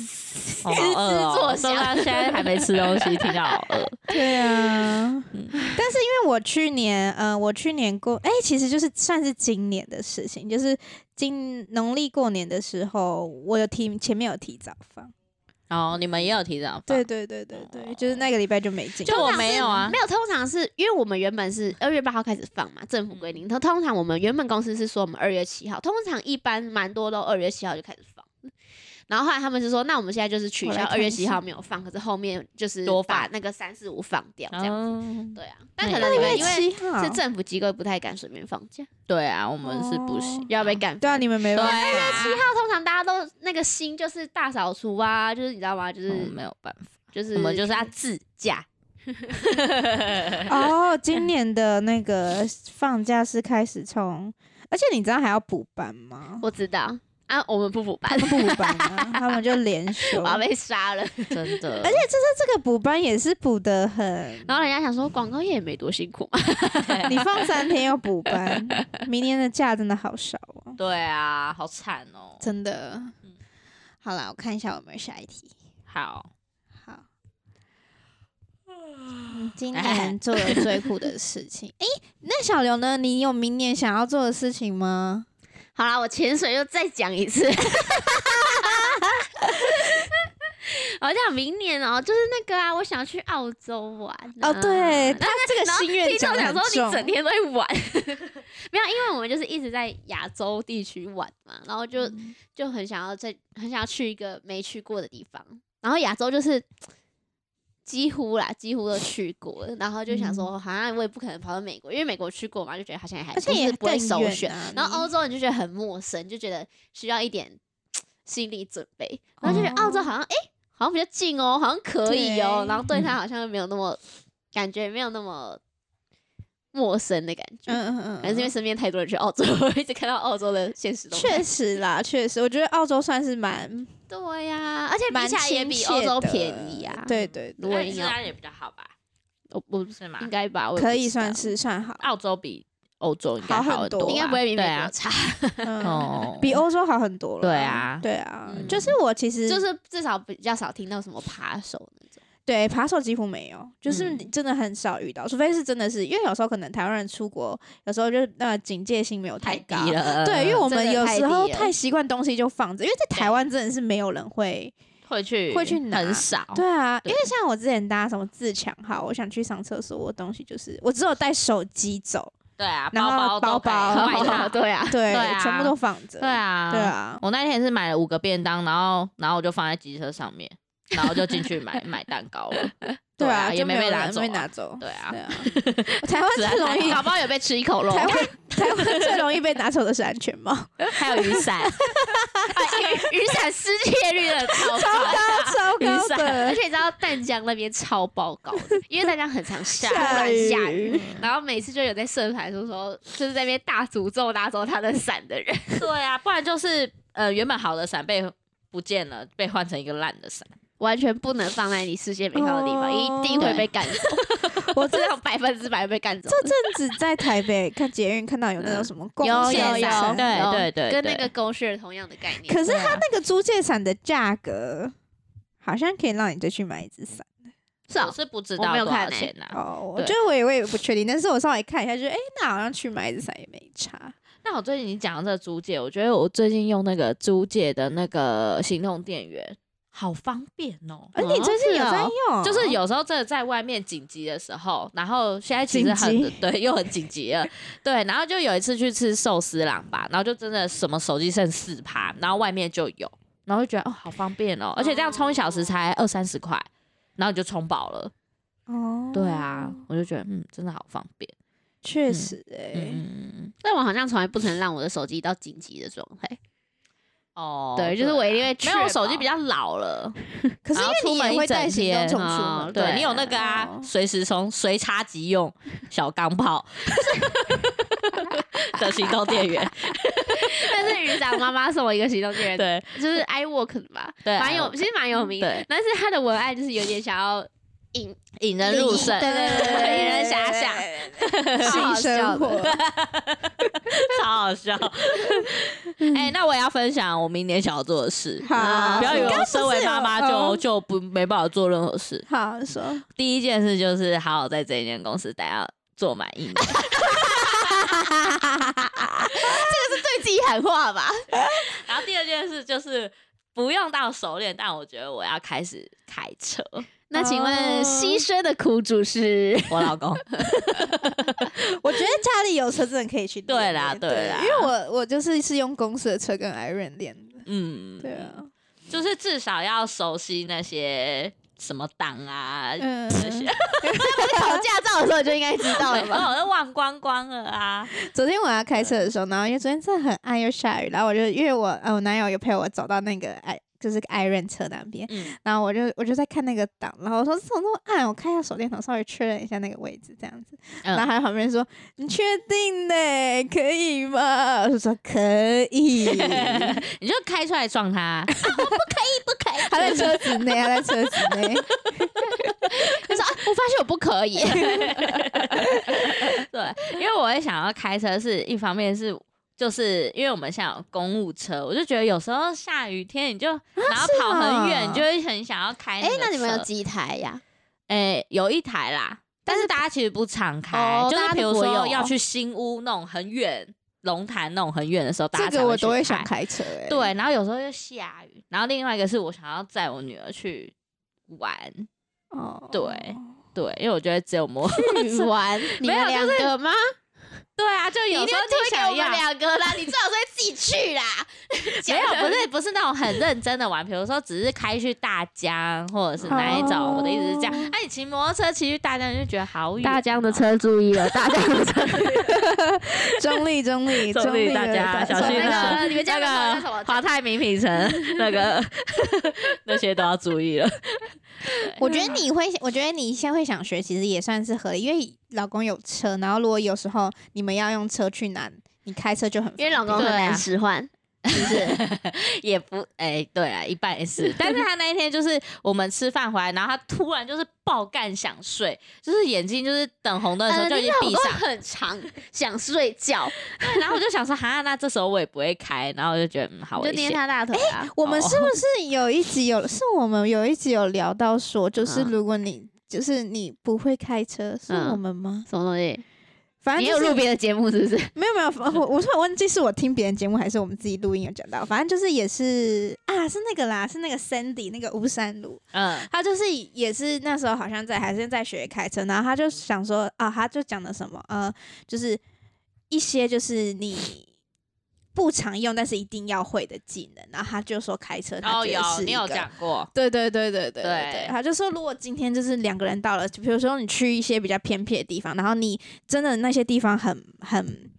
A: 好饿哦，
B: 滋作
A: 说到
B: 响
A: 现在还没吃东西，听到好饿。
C: 对啊。
A: 嗯
C: 但是因为我去年，呃，我去年过，哎、其实就是算是今年的事情，就是今农历过年的时候，我有提前面有提早放，
A: 哦，你们也有提早放，
C: 对对对对对，就是那个礼拜就没进，
A: 就我没有啊
B: 没。有，通常是因为我们原本是二月八号开始放嘛，政府规定。通通常我们原本公司是说我们二月七号，通常一般蛮多都二月七号就开始放。然后后来他们是说，那我们现在就是取
C: 我
B: 消
C: 来
B: 二
C: 看
B: 月
C: 一
B: 七
C: 下
B: 号没有放，可是后面就是
A: 多
B: 把
A: 放
B: 那个三四五放掉这样。
A: 嗯，
B: 对啊，但
A: 那
B: 可
A: 也
B: 能你
A: 可
B: 们
A: 以
B: 因为
C: 七号
B: 是政府机构不太敢随便放假，
A: 对啊，我们是不行
C: 哦，
B: 要被赶
C: 对啊，你们没
A: 对
C: 办
A: 啊
C: 法，
B: 七号通常大家都那个心就是大扫除啊，就是你知道吗？就是、
A: 嗯没有办法，
B: 就是
A: 我们就是啊要自驾。
C: 哦，今年的那个放假是开始从，而且你知道还要补班吗？
B: 我知道啊，我们不补 班
C: 他，们不补班啊，他们就连休。
B: 我要被杀了。
A: 真的，
C: 而且这这个补班也是补的很，
B: 然后人家想说广告业也没多辛苦嘛，
C: 你放三天又补班，明年的假真的好少哦，
A: 对啊，好惨哦。
C: 真的。好啦，我看一下有没有下一题。
A: 好，
C: 好，你今年做了最酷的事情， 诶，那小刘呢？你有明年想要做的事情吗？
B: 好啦，我潜水又再讲一次。 我讲明年哦、就是那个啊，我想去澳洲玩啊、
C: 哦，对
B: 然后
C: 他这个
B: 然后
C: 心愿
B: 听
C: 讲
B: 众
C: 的
B: 讲
C: 很
B: 说
C: 重
B: 你整天都在 玩，没有，因为我们就是一直在亚洲地区玩嘛，然后就、
C: 嗯
B: 就很想要在很想要去一个没去过的地方，然后亚洲就是几乎啦，几乎都去过了，然后就想说，好像我也不可能跑到美国，因为美国去过嘛，就觉得好像也还
C: 嗯而且
B: 不是
C: 也
B: 不会
C: 更
B: 首
C: 远
B: 选，
C: 啊
B: 然后
C: 你
B: 欧洲你就觉得很陌生，就觉得需要一点心理准备，然后就觉得
C: 哦
B: 澳洲好像哎、诶好像比较近哦，好像可以哦，
C: 对
B: 然后对它好像没有那么感觉没有那么陌生的感觉，
C: 嗯嗯嗯，
B: 可能是因为身边太多人去澳洲， 我一直看到澳洲的现实动态
C: 确实啦，确实，我觉得澳洲算是蛮
B: 对呀、而且比
C: 蛮
B: 起来也比
C: 亲
B: 欧
C: 切
B: 洲
C: 的
B: 便宜啊。
C: 对对
B: 如果
C: 对，
B: 硬
D: 治
B: 要
D: 安也比较好吧？
A: 哦
B: 我我
D: 是吗？
B: 应该吧，我也不
C: 可以
B: 知
C: 算
B: 道，
C: 是算好，
A: 澳洲比欧洲应该
C: 好很
A: 好很
C: 多
A: 多吧，
C: 吧
B: 应该不会比美
A: 对
B: 国
A: 啊，
B: 差，
C: 嗯，
A: 哦，
C: 比欧洲好很多了。
A: 对啊
C: 对啊，
A: 嗯
C: 就是我其实
B: 就是至少比较少听到什么扒手那种。
C: 对扒手几乎没有，就是
A: 嗯
C: 你真的很少遇到，除非是真的是因为有时候可能台湾人出国，有时候就是那个警戒心没有
A: 太
C: 高
A: 低。了，
C: 对，因为我
B: 真
C: 们
B: 的
C: 有
B: 太
C: 时候
B: 低了
C: 太习惯东西就放着，因为在台湾真的是没有人会。
A: 会去
C: 会去拿
A: 很少，
C: 对啊，因
A: 哦对
C: 为像我之前搭什么自强号，我想去上厕所，我东西就是我只有带手机 走，
D: 对啊，
C: 然
D: 包
C: 后
D: 都可以
C: 包包
D: 外套
A: 对 啊，
C: 对，
A: 对啊
C: 全部都放着。
A: 对，啊，
C: 对。啊，
A: 我那天也是买了五个便当，然后然后我就放在机车上面，然后就进去买买蛋糕了。
C: 对
A: 啊，也
C: 就没
A: 被
C: 有
A: 拿
C: 人
A: 走
C: 会
A: 啊。
C: 拿走。
A: 对啊
C: 对，啊， 台湾
B: 啊
C: 最 容易，
A: 搞不好有被吃一口肉，
C: 台湾 台湾最容易被拿走的是安全 帽，
A: 还有雨伞，
B: 雨雨伞失窃率很高，
C: 超
A: 哎
C: 高超高
B: 而
C: 的。
B: 且你知道淡江那边超爆高的，因为淡江很常 下
C: 下雨
B: 雨，下雨，然后每次就有在社团说说，就是在那边大诅咒拿走他的伞的人，
A: 对啊，不然就是呃原本好的伞被不见了，被换成一个烂的伞。
B: 完全不能放在你视线没看到的地方，
C: 哦
B: 一定会被赶走，
C: 我这
B: 这种百分之百被赶走。
C: 阵子在台北看捷运，看到有那种什么光
B: 有
C: 线
B: 有有
C: 伞，
A: 对啊
B: 有
A: 对对
B: 跟
A: 对
B: 那个狗血同样的概念。
C: 可是它那个租借伞的价格，好像可以让你再去买一只伞。
B: 是啊
A: 我是不知
B: 我
A: 道
B: 没有
A: 多少
B: 看欸
A: 钱啊呐、
C: 哦，我
A: 对
C: 觉得我也我也不确定，但是我稍微看一下，就哎、诶那好像去买一只伞也没差。
A: 那我最近你讲到这个租借，我觉得我最近用那个租借的那个行动电源，好方便哦。
C: 而你最近有在
B: 是哦
C: 用，
A: 就是有时候真的在外面紧急的时候，然后现在其实很
C: 紧急
A: 对， 又很紧急了，对。然后就有一次去吃寿司郎吧，然后就真的什么手机剩四趴，然后外面就有，然后就觉得哦好方便哦，而且这样充一小时才二三十块，然后你就充饱了。
C: 哦，
A: 对啊，我就觉得嗯真的好方便。
C: 确实哎、
A: 嗯嗯嗯嗯，
B: 但我好像从来不曾让我的手机到紧急的状态。
A: 哦，
B: 对，就是我一定会确
A: 没
B: 保。
A: 有我手机比较老了，
C: 可是因为你也会带行动充出
B: 然后出门一整天
C: 门，
A: 对
B: 对
A: 你有那个啊
C: 哦，
A: 随时充随插即用 小钢炮 的行动电源，
B: 但是雨长妈妈送我一个行动电源，
A: 对
B: 就是 iWork 吧，
A: 对
B: 蛮有，
A: iWork
B: 其实蛮有名的
A: 对。
B: 但是它的文案就是有点想 要引
A: 引人入胜，
B: 对对对对引人遐想，
C: 性生活，
A: 超好 笑。哎，那我也要分享我明年想要做的事。
C: 好，
A: 不要以为
C: 你刚
A: 我
C: 刚不是
A: 身为妈妈
C: 有
A: 就
C: 哦
A: 就不没办法做任何事。
C: 好说，
A: 第一件事就是好好在这一间公司待要做满一 年。
B: 对自己喊话吧。
A: 然后第二件事就是不用到熟练，但我觉得我要开始开车。
B: 那请问
C: 哦
B: 牺牲的苦主是？
A: 我老 公
C: 我觉得家里有车真的可以去练
A: 对啦
C: 欸
A: 对啦
C: 因为我我就是是用公司的车跟 Iron 练的，
A: 嗯，
C: 对啊，
A: 就是至少要熟悉那些什么档啊。
C: 嗯，
B: 考驾照的时候就应该知道了
A: 对，
B: 吧？
A: 哦我都忘光光了啊！
C: 昨天我要开车的时候，然后因为昨天真的很暗又下雨，然后我就因为我呃我男友有陪我走到那个 i 就是 Iron 车那边，
A: 嗯，
C: 然后我就我就在看那个档，然后我说怎么那么暗？我看一下手电筒，稍微确认一下那个位置，这样子。
A: 嗯
C: 然后他在旁边说：“你确定呢？可以吗？”我就说：“可以。
A: 你就 开出来撞他，啊
C: 他在车子内，他在车子 内。
B: 他说啊，我发现我不可以。
A: 对，因为我会想要开车是，一方面是就是因为我们现在有公务车，我就觉得有时候下雨天你就然后跑很远，
C: 啊
A: 你就会很想要开。
B: 啊哦哎，那你们有
A: 车
B: 几台 呀？
A: 诶、有一台啦，但是大家其实不常开，
B: 哦
A: 就
B: 大
A: 是
B: 家
A: 比
B: 都
A: 如
B: 不会
A: 说
B: 用
A: 要
B: 哦
A: 去新屋那种很远，龙潭那种很远的时候，大家
C: 这
A: 才
C: 个我都
A: 会
C: 会
A: 去
C: 想。开车、欸，
A: 对，然后有时候又下雨，然后另外一个是我想要载我女儿去玩，
C: 哦，
A: 对对，因为我觉得只有我 们
B: 去玩，你
A: 没有
B: 们两个吗？啊
A: 对啊，就有时
B: 一定
A: 候
B: 推给
A: 想
B: 我
A: 要
B: 们两个啦，你最好是会自己去啦。
A: 没
B: 讲
A: 有，
B: 得
A: 不是不是那种很认真的玩，比如说只是开去大江或者是哪一种，我的意思是这样。
D: 哦
A: 那、你骑摩托车骑去大江，你就觉得好远、
B: 大江的。车注意了，大江的车。
C: 中立中 立
A: 中立大家
C: 的
A: 小心啊
B: 那个你们家
A: 那个
B: 门口那什么
A: 华泰名品城那 个那些都要注意了。
C: 我觉得你会，我觉得你现在会想学，其实也算是合理，因为老公有车，然后如果有时候你们要用车去哪，你开车就很方
B: 因
C: 便
B: 为老公很难使唤，
A: 就是也不哎、对啊，一半也 是。但是他那一天就是我们吃饭回来，然后他突然就是爆干想睡，就是眼睛就是等红灯的时
D: 呃
A: 候
B: 呃
A: 就已经闭 上，
B: 很长，想睡觉，
A: 对然后我就想说，哈，那这时候我也不会开，然后我就觉得嗯，好
B: 就
A: 危
B: 捏
A: 险。
B: 他大腿啊。
C: 我们
A: 哦
C: 是不是有一集有？是我们有一集有聊到说，就是
B: 嗯
C: 如果你就是你不会开车，是
B: 嗯
C: 我们吗？
B: 什么东西？
C: 反正
B: 你
C: 就
B: 有
C: 是
B: 录别的节啊目是不是？
C: 没有没有，反我我突然忘记是我听别人节目还是我们自己录音有讲到，反正就是也是啊，是那个啦，是那个 Sandy 那个吴山路，
A: 嗯，
C: 他就是也是那时候好像在还是在学开车，然后他就想说啊，他就讲的什么呃，就是一些就是你不常用但是一定要会的技能，然后他就说开车，他
D: 哦，
C: 觉得
D: 有
C: 是
D: 你
C: 一
D: 有
C: 个
D: 讲过，
C: 对对对对对对对
D: 对，
C: 他就说，如果今天就是两个人到了，就比如说你去一些比较偏僻的地方，然后你真的那些地方很很，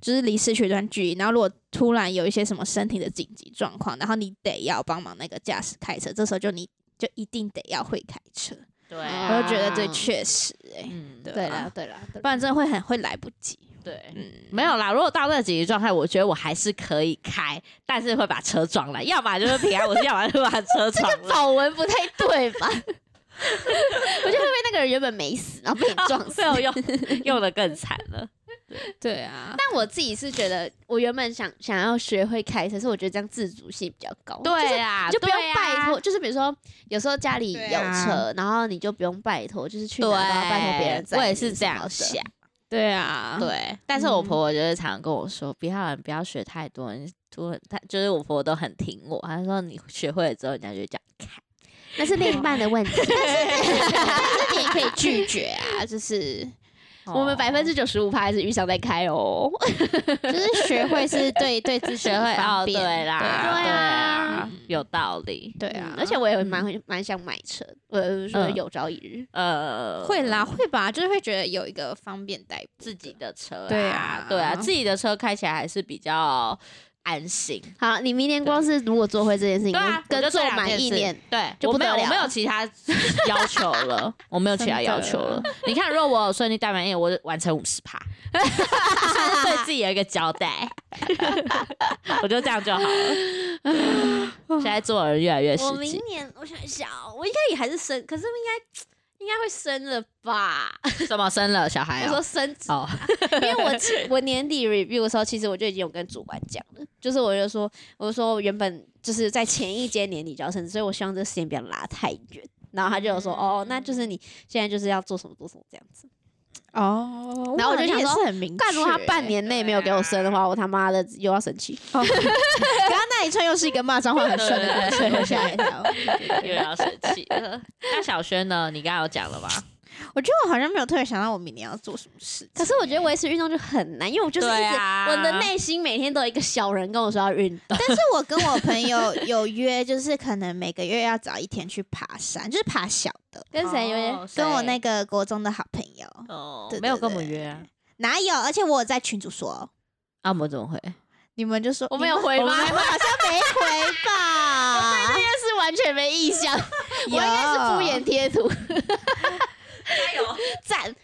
C: 就是离市区一段距离，然后如果突然有一些什么身体的紧急状况，然后你得要帮忙那个驾驶开车，这时候就你就一定得要会开车，
D: 对
B: 啊
C: 我就觉得这
B: 啊
C: 确实哎、
D: 嗯，
C: 对
B: 对啊
C: 啦
B: 啦，对啦，对
C: 不
B: 啦
C: 然真的会很会来不及，
D: 对，
C: 嗯，
A: 没有啦。如果到那个紧急状态，我觉得我还是可以开，但是会把车撞烂，要么就是平安无事，要么就把车撞烂。
B: 保文不太对吧？ 我就会被那个人原本没死，然后被你撞 死。
A: 最后用用的更惨了。
C: 对啊，
B: 但我自己是觉得，我原本想想要学会开车，是我觉得这样自主性比较高。
A: 对啊，
B: 你 就不用
A: 对啊
B: 拜托，就是比如说有时候家里有
C: 对啊
B: 车，然后你就不用拜托，就是去哪
A: 对，
B: 都要拜托别人载你什么的。嗯
A: 我也是这样想，
C: 对啊，
A: 对。但是我婆婆就是常常跟我说，不要啊不要学太多，你多她就是我婆婆都很听我，她说你学会了之后，人家就讲
B: 那是另一半的 问题。但是但是你也可以拒绝啊，就是 哦我们百分之九十五趴还是遇上在开哦。
C: 就是学会是对对自己
A: 学会哦，
C: 方便
A: 对啦，
C: 对啊
A: 对啊
C: 嗯
A: 有道理。
C: 对
B: 嗯
C: 啊，
B: 而且我也蛮蛮想买车，我我说
A: 嗯
B: 有朝一日。
A: 呃，
C: 会啦，会吧，就是会觉得有一个方便代步
A: 自己的车，
C: 对啊
A: 啊，对啊，自己的车开起来还是比较安心。
B: 好，你明年光是如果做会这件事情，
A: 对啊，
B: 跟
A: 我就
B: 跟
A: 这
B: 做
A: 两
B: 满
A: 件
B: 一
A: 事
B: 年，，
A: 对，
B: 就
A: 我
B: 不
A: 没
B: 得
A: 有，我
B: 了
A: 没有其 他要求了，我没有其他要求了。你看，如果我有顺利带满一年，我就完成五十 趴，算是对自己有一个交代。 我就这样就好了。现在做的人越来越实
B: 我
A: 际
B: 明，年我想一下哦，我应该也还是生，可是应该应该会生了吧？
A: 怎么生了小孩
B: 我
A: 哦
B: 说生子，
A: 哦，
B: 因为 我其我年底 review 的时候，其实我就已经有跟主管讲了，就是我就说，我就说我原本就是在前一阶年底就要生子，所以我希望这个时间不要拉太远。然后他就有说，哦，那就是你现在就是要做什么做什么这样子。
C: 哦
B: 然后我就想说
C: 说，很明欸
B: 但如果他半年内没有给我生的话，我他妈的又要生气。
C: 哦刚刚那一串又是一个骂脏话很顺的过程，我吓一 跳。
A: 又要生气了。那小轩呢？你刚刚有讲了吧？
C: 我觉得我好像没有特别想到我明年要做什么事情，
B: 可是 我觉得维持运动就很难，因为我就是一
A: 对
B: 直、
A: 啊
B: 我的内心每天都有一个小人跟我说要运动。
C: 但是我跟我朋友有约，就是可能每个月要找一天去爬山，就是爬小 的，
B: 跟谁哎有点
A: 哦
C: 跟我
A: 谁
C: 那个国中的好朋友
A: 哦
C: 对，
A: 没有
C: 对
A: 跟我们
C: 对
A: 约啊？
C: 哪有？而且我有在群主说，
A: 阿摩怎么会？
C: 你们就说
B: 我们有回
C: 你们
B: 吗
C: 我们好像没回 吧？
B: 但是完全没印象，我应该 是敷衍贴 图，
D: 加油！
A: 哦
B: 赞。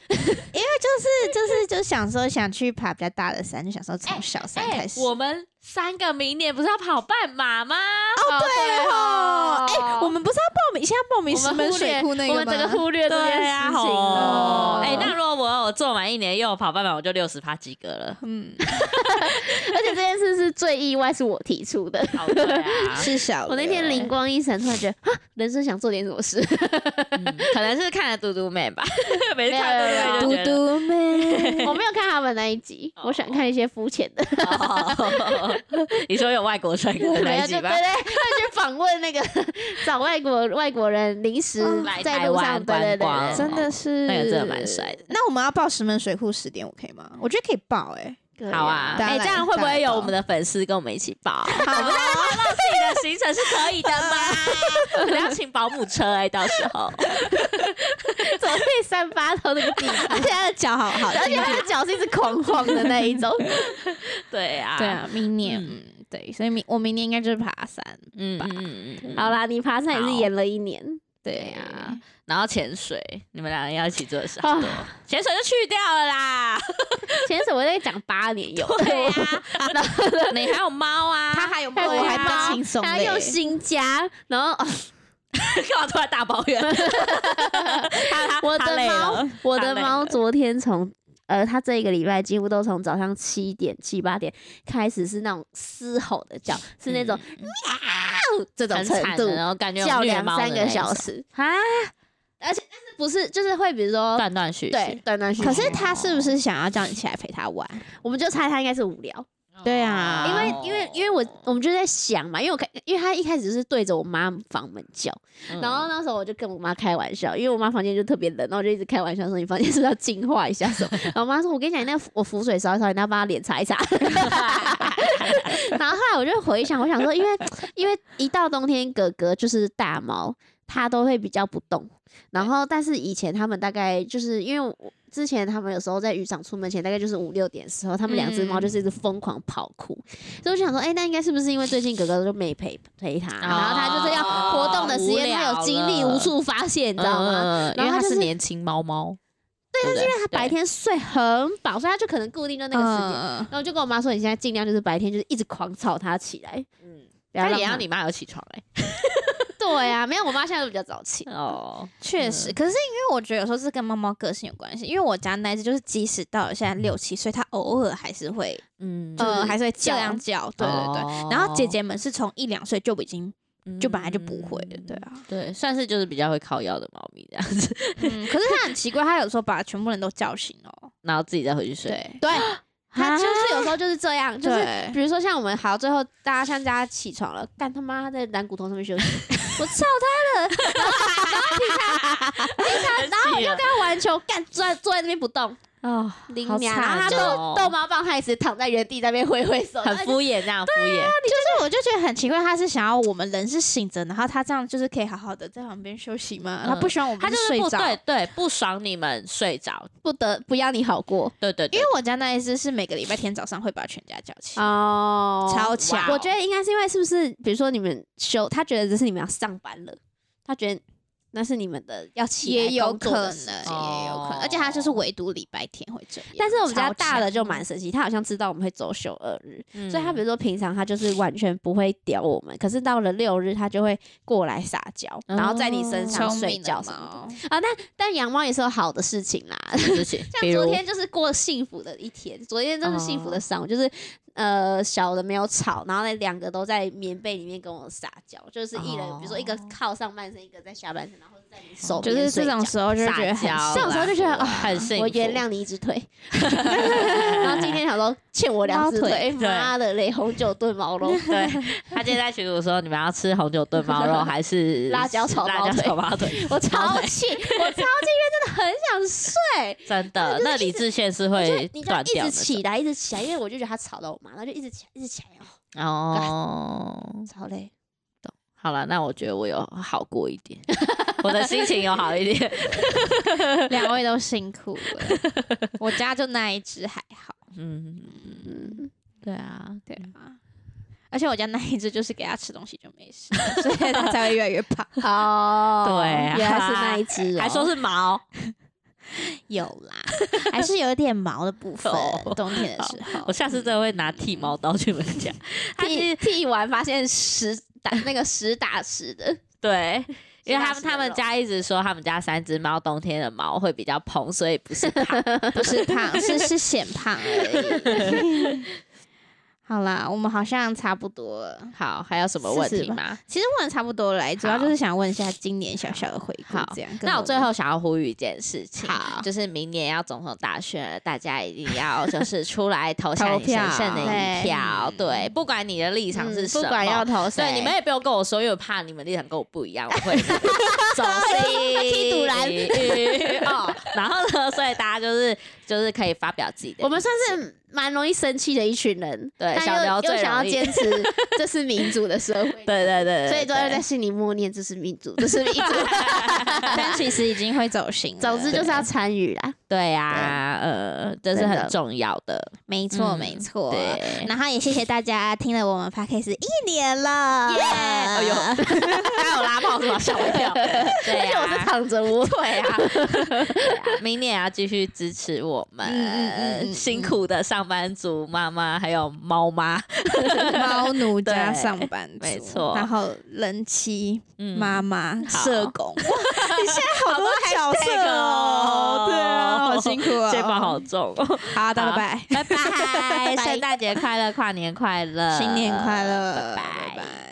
C: 就是就是就想说想去爬比较大的山，就想说从小山
A: 哎
C: 开始。
A: 我们三个明年不是要跑半马吗？
B: 哦，对
C: 哦，哎、我们不是要报名，现在报名石
A: 我
C: 门
A: 们忽
C: 水
A: 略
C: 库那个
A: 我们整个
C: 吗？
A: 忽略这件
B: 对啊啊
A: 事情
B: 吼
A: 了。哎、那如果我有做满一年又有跑半马，我就六十趴及格了。
C: 嗯，
B: 而且这件事是最意外，是我提出 的。
A: 好的啊
C: 是小
B: 我那天灵
C: 过，
B: 光一闪，突然觉得，哈，人生想做点什么事。
A: 嗯可能是看了嘟嘟 妹吧，每次
B: 没有没
A: 看
B: 有
A: 嘟嘟
C: 嘟
A: 妹就觉得。
C: 嘟 妹，
B: 我没有看他们那一集，我想看一些肤浅的，
A: 哦 你说有外国帅哥
B: 没
A: 那
B: 有
A: 一
B: 就
A: 集
B: 对对，
A: 吧？
B: 会去访问 那个找外国外国人临时
C: 嗯
A: 来
B: 在
A: 台
B: 路
A: 湾
B: 上，对
A: 观
B: 对对
A: 光
B: 对，
C: 真的是
A: 那个真的蛮帅的。
C: 那我们要报石门水库十点，我可以吗？我觉得可以报哎、
B: 可以
A: 好啊，
C: 当
A: 哎、
C: 然
A: 这样会不
C: 当然
A: 会有我们的粉丝跟我们一起报？
C: 好啊，
A: 自己的行程是可以的吗？不要请保姆车哎、到时候。
B: 怎么被三八头那个地 方，
C: 而且他的脚好好，
B: 而且他的脚是一直狂晃的那一 种。
A: 对啊，
C: 对，啊，明年嗯对，所以明我明年应该就是爬山，
A: 嗯嗯嗯嗯，
B: 好啦，你爬山也是
A: 好
B: 延了一年，
A: 对啊，然后潜水，你们两个要一起做啥？潜水就去掉了啦。
B: 啊前手我在讲八年 有，
A: 对啊，然后你还有猫 啊，
C: 他还有
B: 对
C: 我还
B: 啊
C: 蛮轻松的
B: 还要用
C: 欸，
B: 新家，然后、哦
A: 干嘛突然大抱怨？ 他他
B: 我
A: 他
B: 的
A: 累
B: 猫
A: 了，，
B: 我
A: 他
B: 的
A: 累
B: 猫
A: 了
B: 昨天从呃，它这一个礼拜几乎都从早上七点七八点开始是那种嘶吼的叫，是那种喵这种
A: 很
B: 程
A: 惨
B: 度
A: 的，，然后感觉有
B: 叫
A: 虐
B: 两
A: 猫的
B: 三
A: 那
B: 个
A: 一
B: 小
A: 种，
B: 时啊，而且但是不是就是会比如说
A: 断断续续。
B: 对断断续续，
C: 可是他是不是想要叫你起来陪他玩？
B: 我们就猜它应该是无聊，
A: 哦
C: 对啊
B: 因为因为因为我我们就在想嘛，因为我看因为它一开始是对着我妈房门叫。
A: 嗯
B: 然后那时候我就跟我妈开玩笑，因为我妈房间就特别冷，然后我就一直开玩笑说你房间是不是要净化一下什么。 然后我妈说，我跟你讲，那个我浮水烧一烧，你要帮她脸擦一 擦。然后后来我就回想，我想说，因为因为一到冬天，哥哥就是大毛，它都会比较不动。然后但是以前他们大概就是因为我。之前他们有时候在渔场出门前，大概就是五六点的时候，他们两只猫就是一直
A: 嗯
B: 疯狂跑酷，所以我就想说，哎、那应该是不是因为最近哥哥就没陪陪它，然后它就是要活
A: 哦
B: 动的时间，它有精力无处发泄，你知道吗？
A: 嗯因
B: 然
A: 为它
B: 后它就是是
A: 年轻猫猫，对，但是因为它
B: 白天睡很饱，所以它就可能固定就那个时间。
C: 嗯
B: 然后我就跟我妈说，你现在尽量就是白天就是一直狂吵它起来，
A: 嗯，
B: 不要
A: 它
B: 让
A: 也
B: 它
A: 要你妈有起床哎。
B: 对啊，没有，我妈现在都比较早起。
A: 哦，
C: 确实，可是因为我觉得有时候是跟猫猫个性有关系，因为我家那一只就是即使到了现在六七岁，它偶尔还是会
A: 嗯哦
C: 呃还是会
B: 叫
C: 这样叫，对对对。
A: 对
C: 然后姐姐们是从一两岁就已经就本来就不会
A: 嗯
C: 了，对啊。
A: 对，算是就是比较会靠腰的猫咪这样子，
C: 嗯，可是它很奇怪，它有时候把全部人都叫醒哦。
A: 然后自己再回去睡。
C: 对，
B: 对，它就是有时候就是这样，就是
C: 对
B: 比如说像我们好，最后大家像大家起床了，干他妈在蓝骨头上面休息，我操他了！然后平常，平常，然后我就 跟他玩球，干坐在坐在那边不动，
A: 哦，
B: 零
A: 好
B: 秒，
A: 惨
B: 然后他就是
A: 哦
B: 逗猫棒，他也是躺在原地在那边挥挥手，
A: 很
B: 然后就
A: 敷衍这样敷衍。
C: 就是我就觉得很奇怪，它是想要我们人是醒着，然后它这样就是可以好好的在旁边休息吗？
A: 嗯
C: 它不希望我
A: 他
C: 们
A: 就是
C: 睡
A: 不
C: 着。
A: 对对，不爽你们睡着，
B: 不得不要你好过
A: 对对
C: 因
A: 对
C: 为我家那一只是每个礼拜天早上会把全家叫起，
B: 哦
C: 超强。
B: 我觉得应该是因为是不是，比如说你们休，他觉得这是你们要上班了，他觉得那是你们的要起来
C: 也有
B: 工作
C: 可能，
B: 的时间
C: 也有可能，
A: 哦
C: 而且它就是唯独礼拜天会这样。
B: 但是我们家
C: 超
B: 大的
C: 强
B: 就蛮神奇，他好像知道我们会周休二日，，
A: 嗯
B: 所以他 比如说平常他就是完全不会屌我们，可是到了六日他就会过来撒娇，然后在你身上
C: 哦聪
B: 睡
C: 明
B: 觉
C: 的
B: 什么的。
C: 猫，
B: 啊，但但养猫也是有好的事情啦，
A: 事情，比
B: 像
A: 如
B: 昨天就是过幸福的一天，昨天真是幸
C: 哦
B: 福的上午，就是呃小的没有吵，然后那两个都在棉被里面跟我撒娇，就是一人、比如说一个靠上半身，一个在下半身，然后在你手
C: 哦就
B: 边
C: 是这
B: 睡
C: 种
B: 觉
C: 时候就会觉得
A: 撒娇
C: 很
A: 啦，
B: 这种时 候就觉得啊
A: 很幸福。
B: 我原谅你一只腿， 然后今天想说欠我两只
C: 猫
B: 腿，
A: 对
B: 妈的嘞，红酒炖猫肉，
A: 对，他今天在群组说你们要吃红酒炖猫肉还是
B: 辣椒炒
A: 辣
B: 猫
A: 椒
B: 腿
A: 炒猫 腿？
B: 我超气，我超气，因为真的很想睡，
A: 真的，那理智线是
B: 就
A: 会
B: 你就
A: 断
B: 一
A: 掉的。
B: 直起来，一直起来，因为我就觉得他吵到我妈，然后就一直起来，一直起来，哦，
A: 哦，
B: 超累。
A: 好了，那我觉得我有好过一点， 我的心情有好一点。
C: 两位都辛苦了。我家就那一只还好，
A: 嗯，对啊，
C: 对啊。而且我家那一只就是给它吃东西就没事，所以它才会越来越 胖。
B: 哦，
A: 对啊
B: 原来是那一只、哦，
A: 还说是毛，
C: 有啦，还是有一点毛的部分
A: 哦。
C: 冬天的时候
A: 我，下次真的会拿剃毛刀去你们家。它其
B: 剃
A: 实
B: 剃完发现实打那个实打实的，
A: 对，因为他
B: 实打
A: 们他们
B: 实的肉
A: 家一直说他们家三只猫冬天的毛会比较蓬，所以不是它。
C: 不是胖，是是显胖而已。好啦，我们好像差不多了。
A: 好，还有什么问
C: 试试
A: 题吗？
C: 其实问的差不多了，主要就是想问一下今年小小的回顾
A: 好，
C: 这样。跟
A: 那我
C: 们
A: 最后想要呼吁一件事情
B: 好，
A: 就是明年要总统大选了，大家一定要就是出来投下
C: 投
A: 你神
C: 票
A: 圣的一
C: 对
A: 票，对，不管你的立场是
B: 嗯
A: 什么，
B: 不管要投谁，
A: 对，你们也不用跟我说，因为我怕你们立场跟我不一样，我会走心
B: 踢赌篮
A: 哦。然后呢，所以大家就是就是可以发表自己的意见，
B: 我们算是蛮容易生气的一群人，
A: 对
B: 但
A: 小
B: 又
A: 聊
B: 又
A: 最
B: 想要
A: 容易
B: 坚持 这是民主的社会，
A: 对对对，
B: 所以都
A: 都
B: 要在心里默念这是民主，这是 民主。
C: 但其实已经会走形了。
B: 总之就是要参与啦，
A: 对呀，呃，这是
B: 真
A: 很
B: 的
A: 重要的，
C: 没错，
A: 嗯
C: 没错。
A: 对。
C: 然后也谢谢大家听了我们 podcast 一年了，耶！
A: 哎呦，刚有拉炮是吧？吓我一 跳。对
B: 而且 我是
A: 呀，
B: 躺着我，
A: 对
C: 啊
A: 呀，对啊明年也要继续支持我
C: 嗯嗯嗯
A: 们
C: 嗯
A: 辛苦的上班族妈妈还有猫妈，
C: 猫奴加
A: 对
C: 上班族，
A: 没错
C: 然后人妻、
A: 嗯
C: 妈妈、
A: 好
C: 社 工，哇你现在好多角色
A: hashtag 哦
C: 哦，对啊，好辛苦哦，
A: 肩膀好重哦。
C: 好，大家拜拜。
A: 拜拜，圣诞节快乐，跨年快乐，
C: 新年快乐，
A: 拜拜
C: 呃拜。